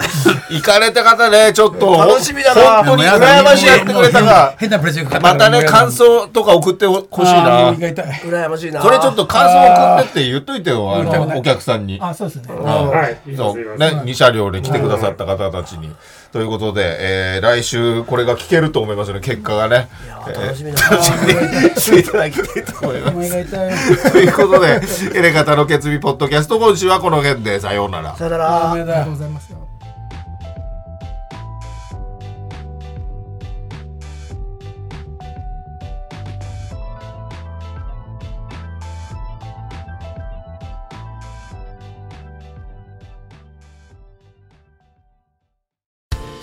S2: 行かれた方ねちょっと
S3: 楽しみだな
S2: 本当に羨ましいやってくれたが
S4: 変なプレッシャーかか
S2: ま
S4: っ
S2: た
S4: た
S2: ね感想とか送ってほしい
S4: あー
S2: な
S4: 耳が痛い
S3: 羨ましいな
S2: これちょっと感想送ってって言っといてよあのお客さんに
S6: あそうですね
S5: はい。言い
S2: そ
S5: ます
S2: う
S5: 言います
S2: ね、2車両で来てくださった方たちに。ということで、えー来週これが聞けると思いますね、結果がね。えー
S3: 楽しみだな
S2: 楽しみに していただきたいと思いま
S4: 耳が痛い
S2: す。ということで、エレガタの決意ポッドキャスト、今週はこの辺で、さようなら。
S3: さよなら
S4: ダメだ
S6: ありがとうございますよ
S7: ー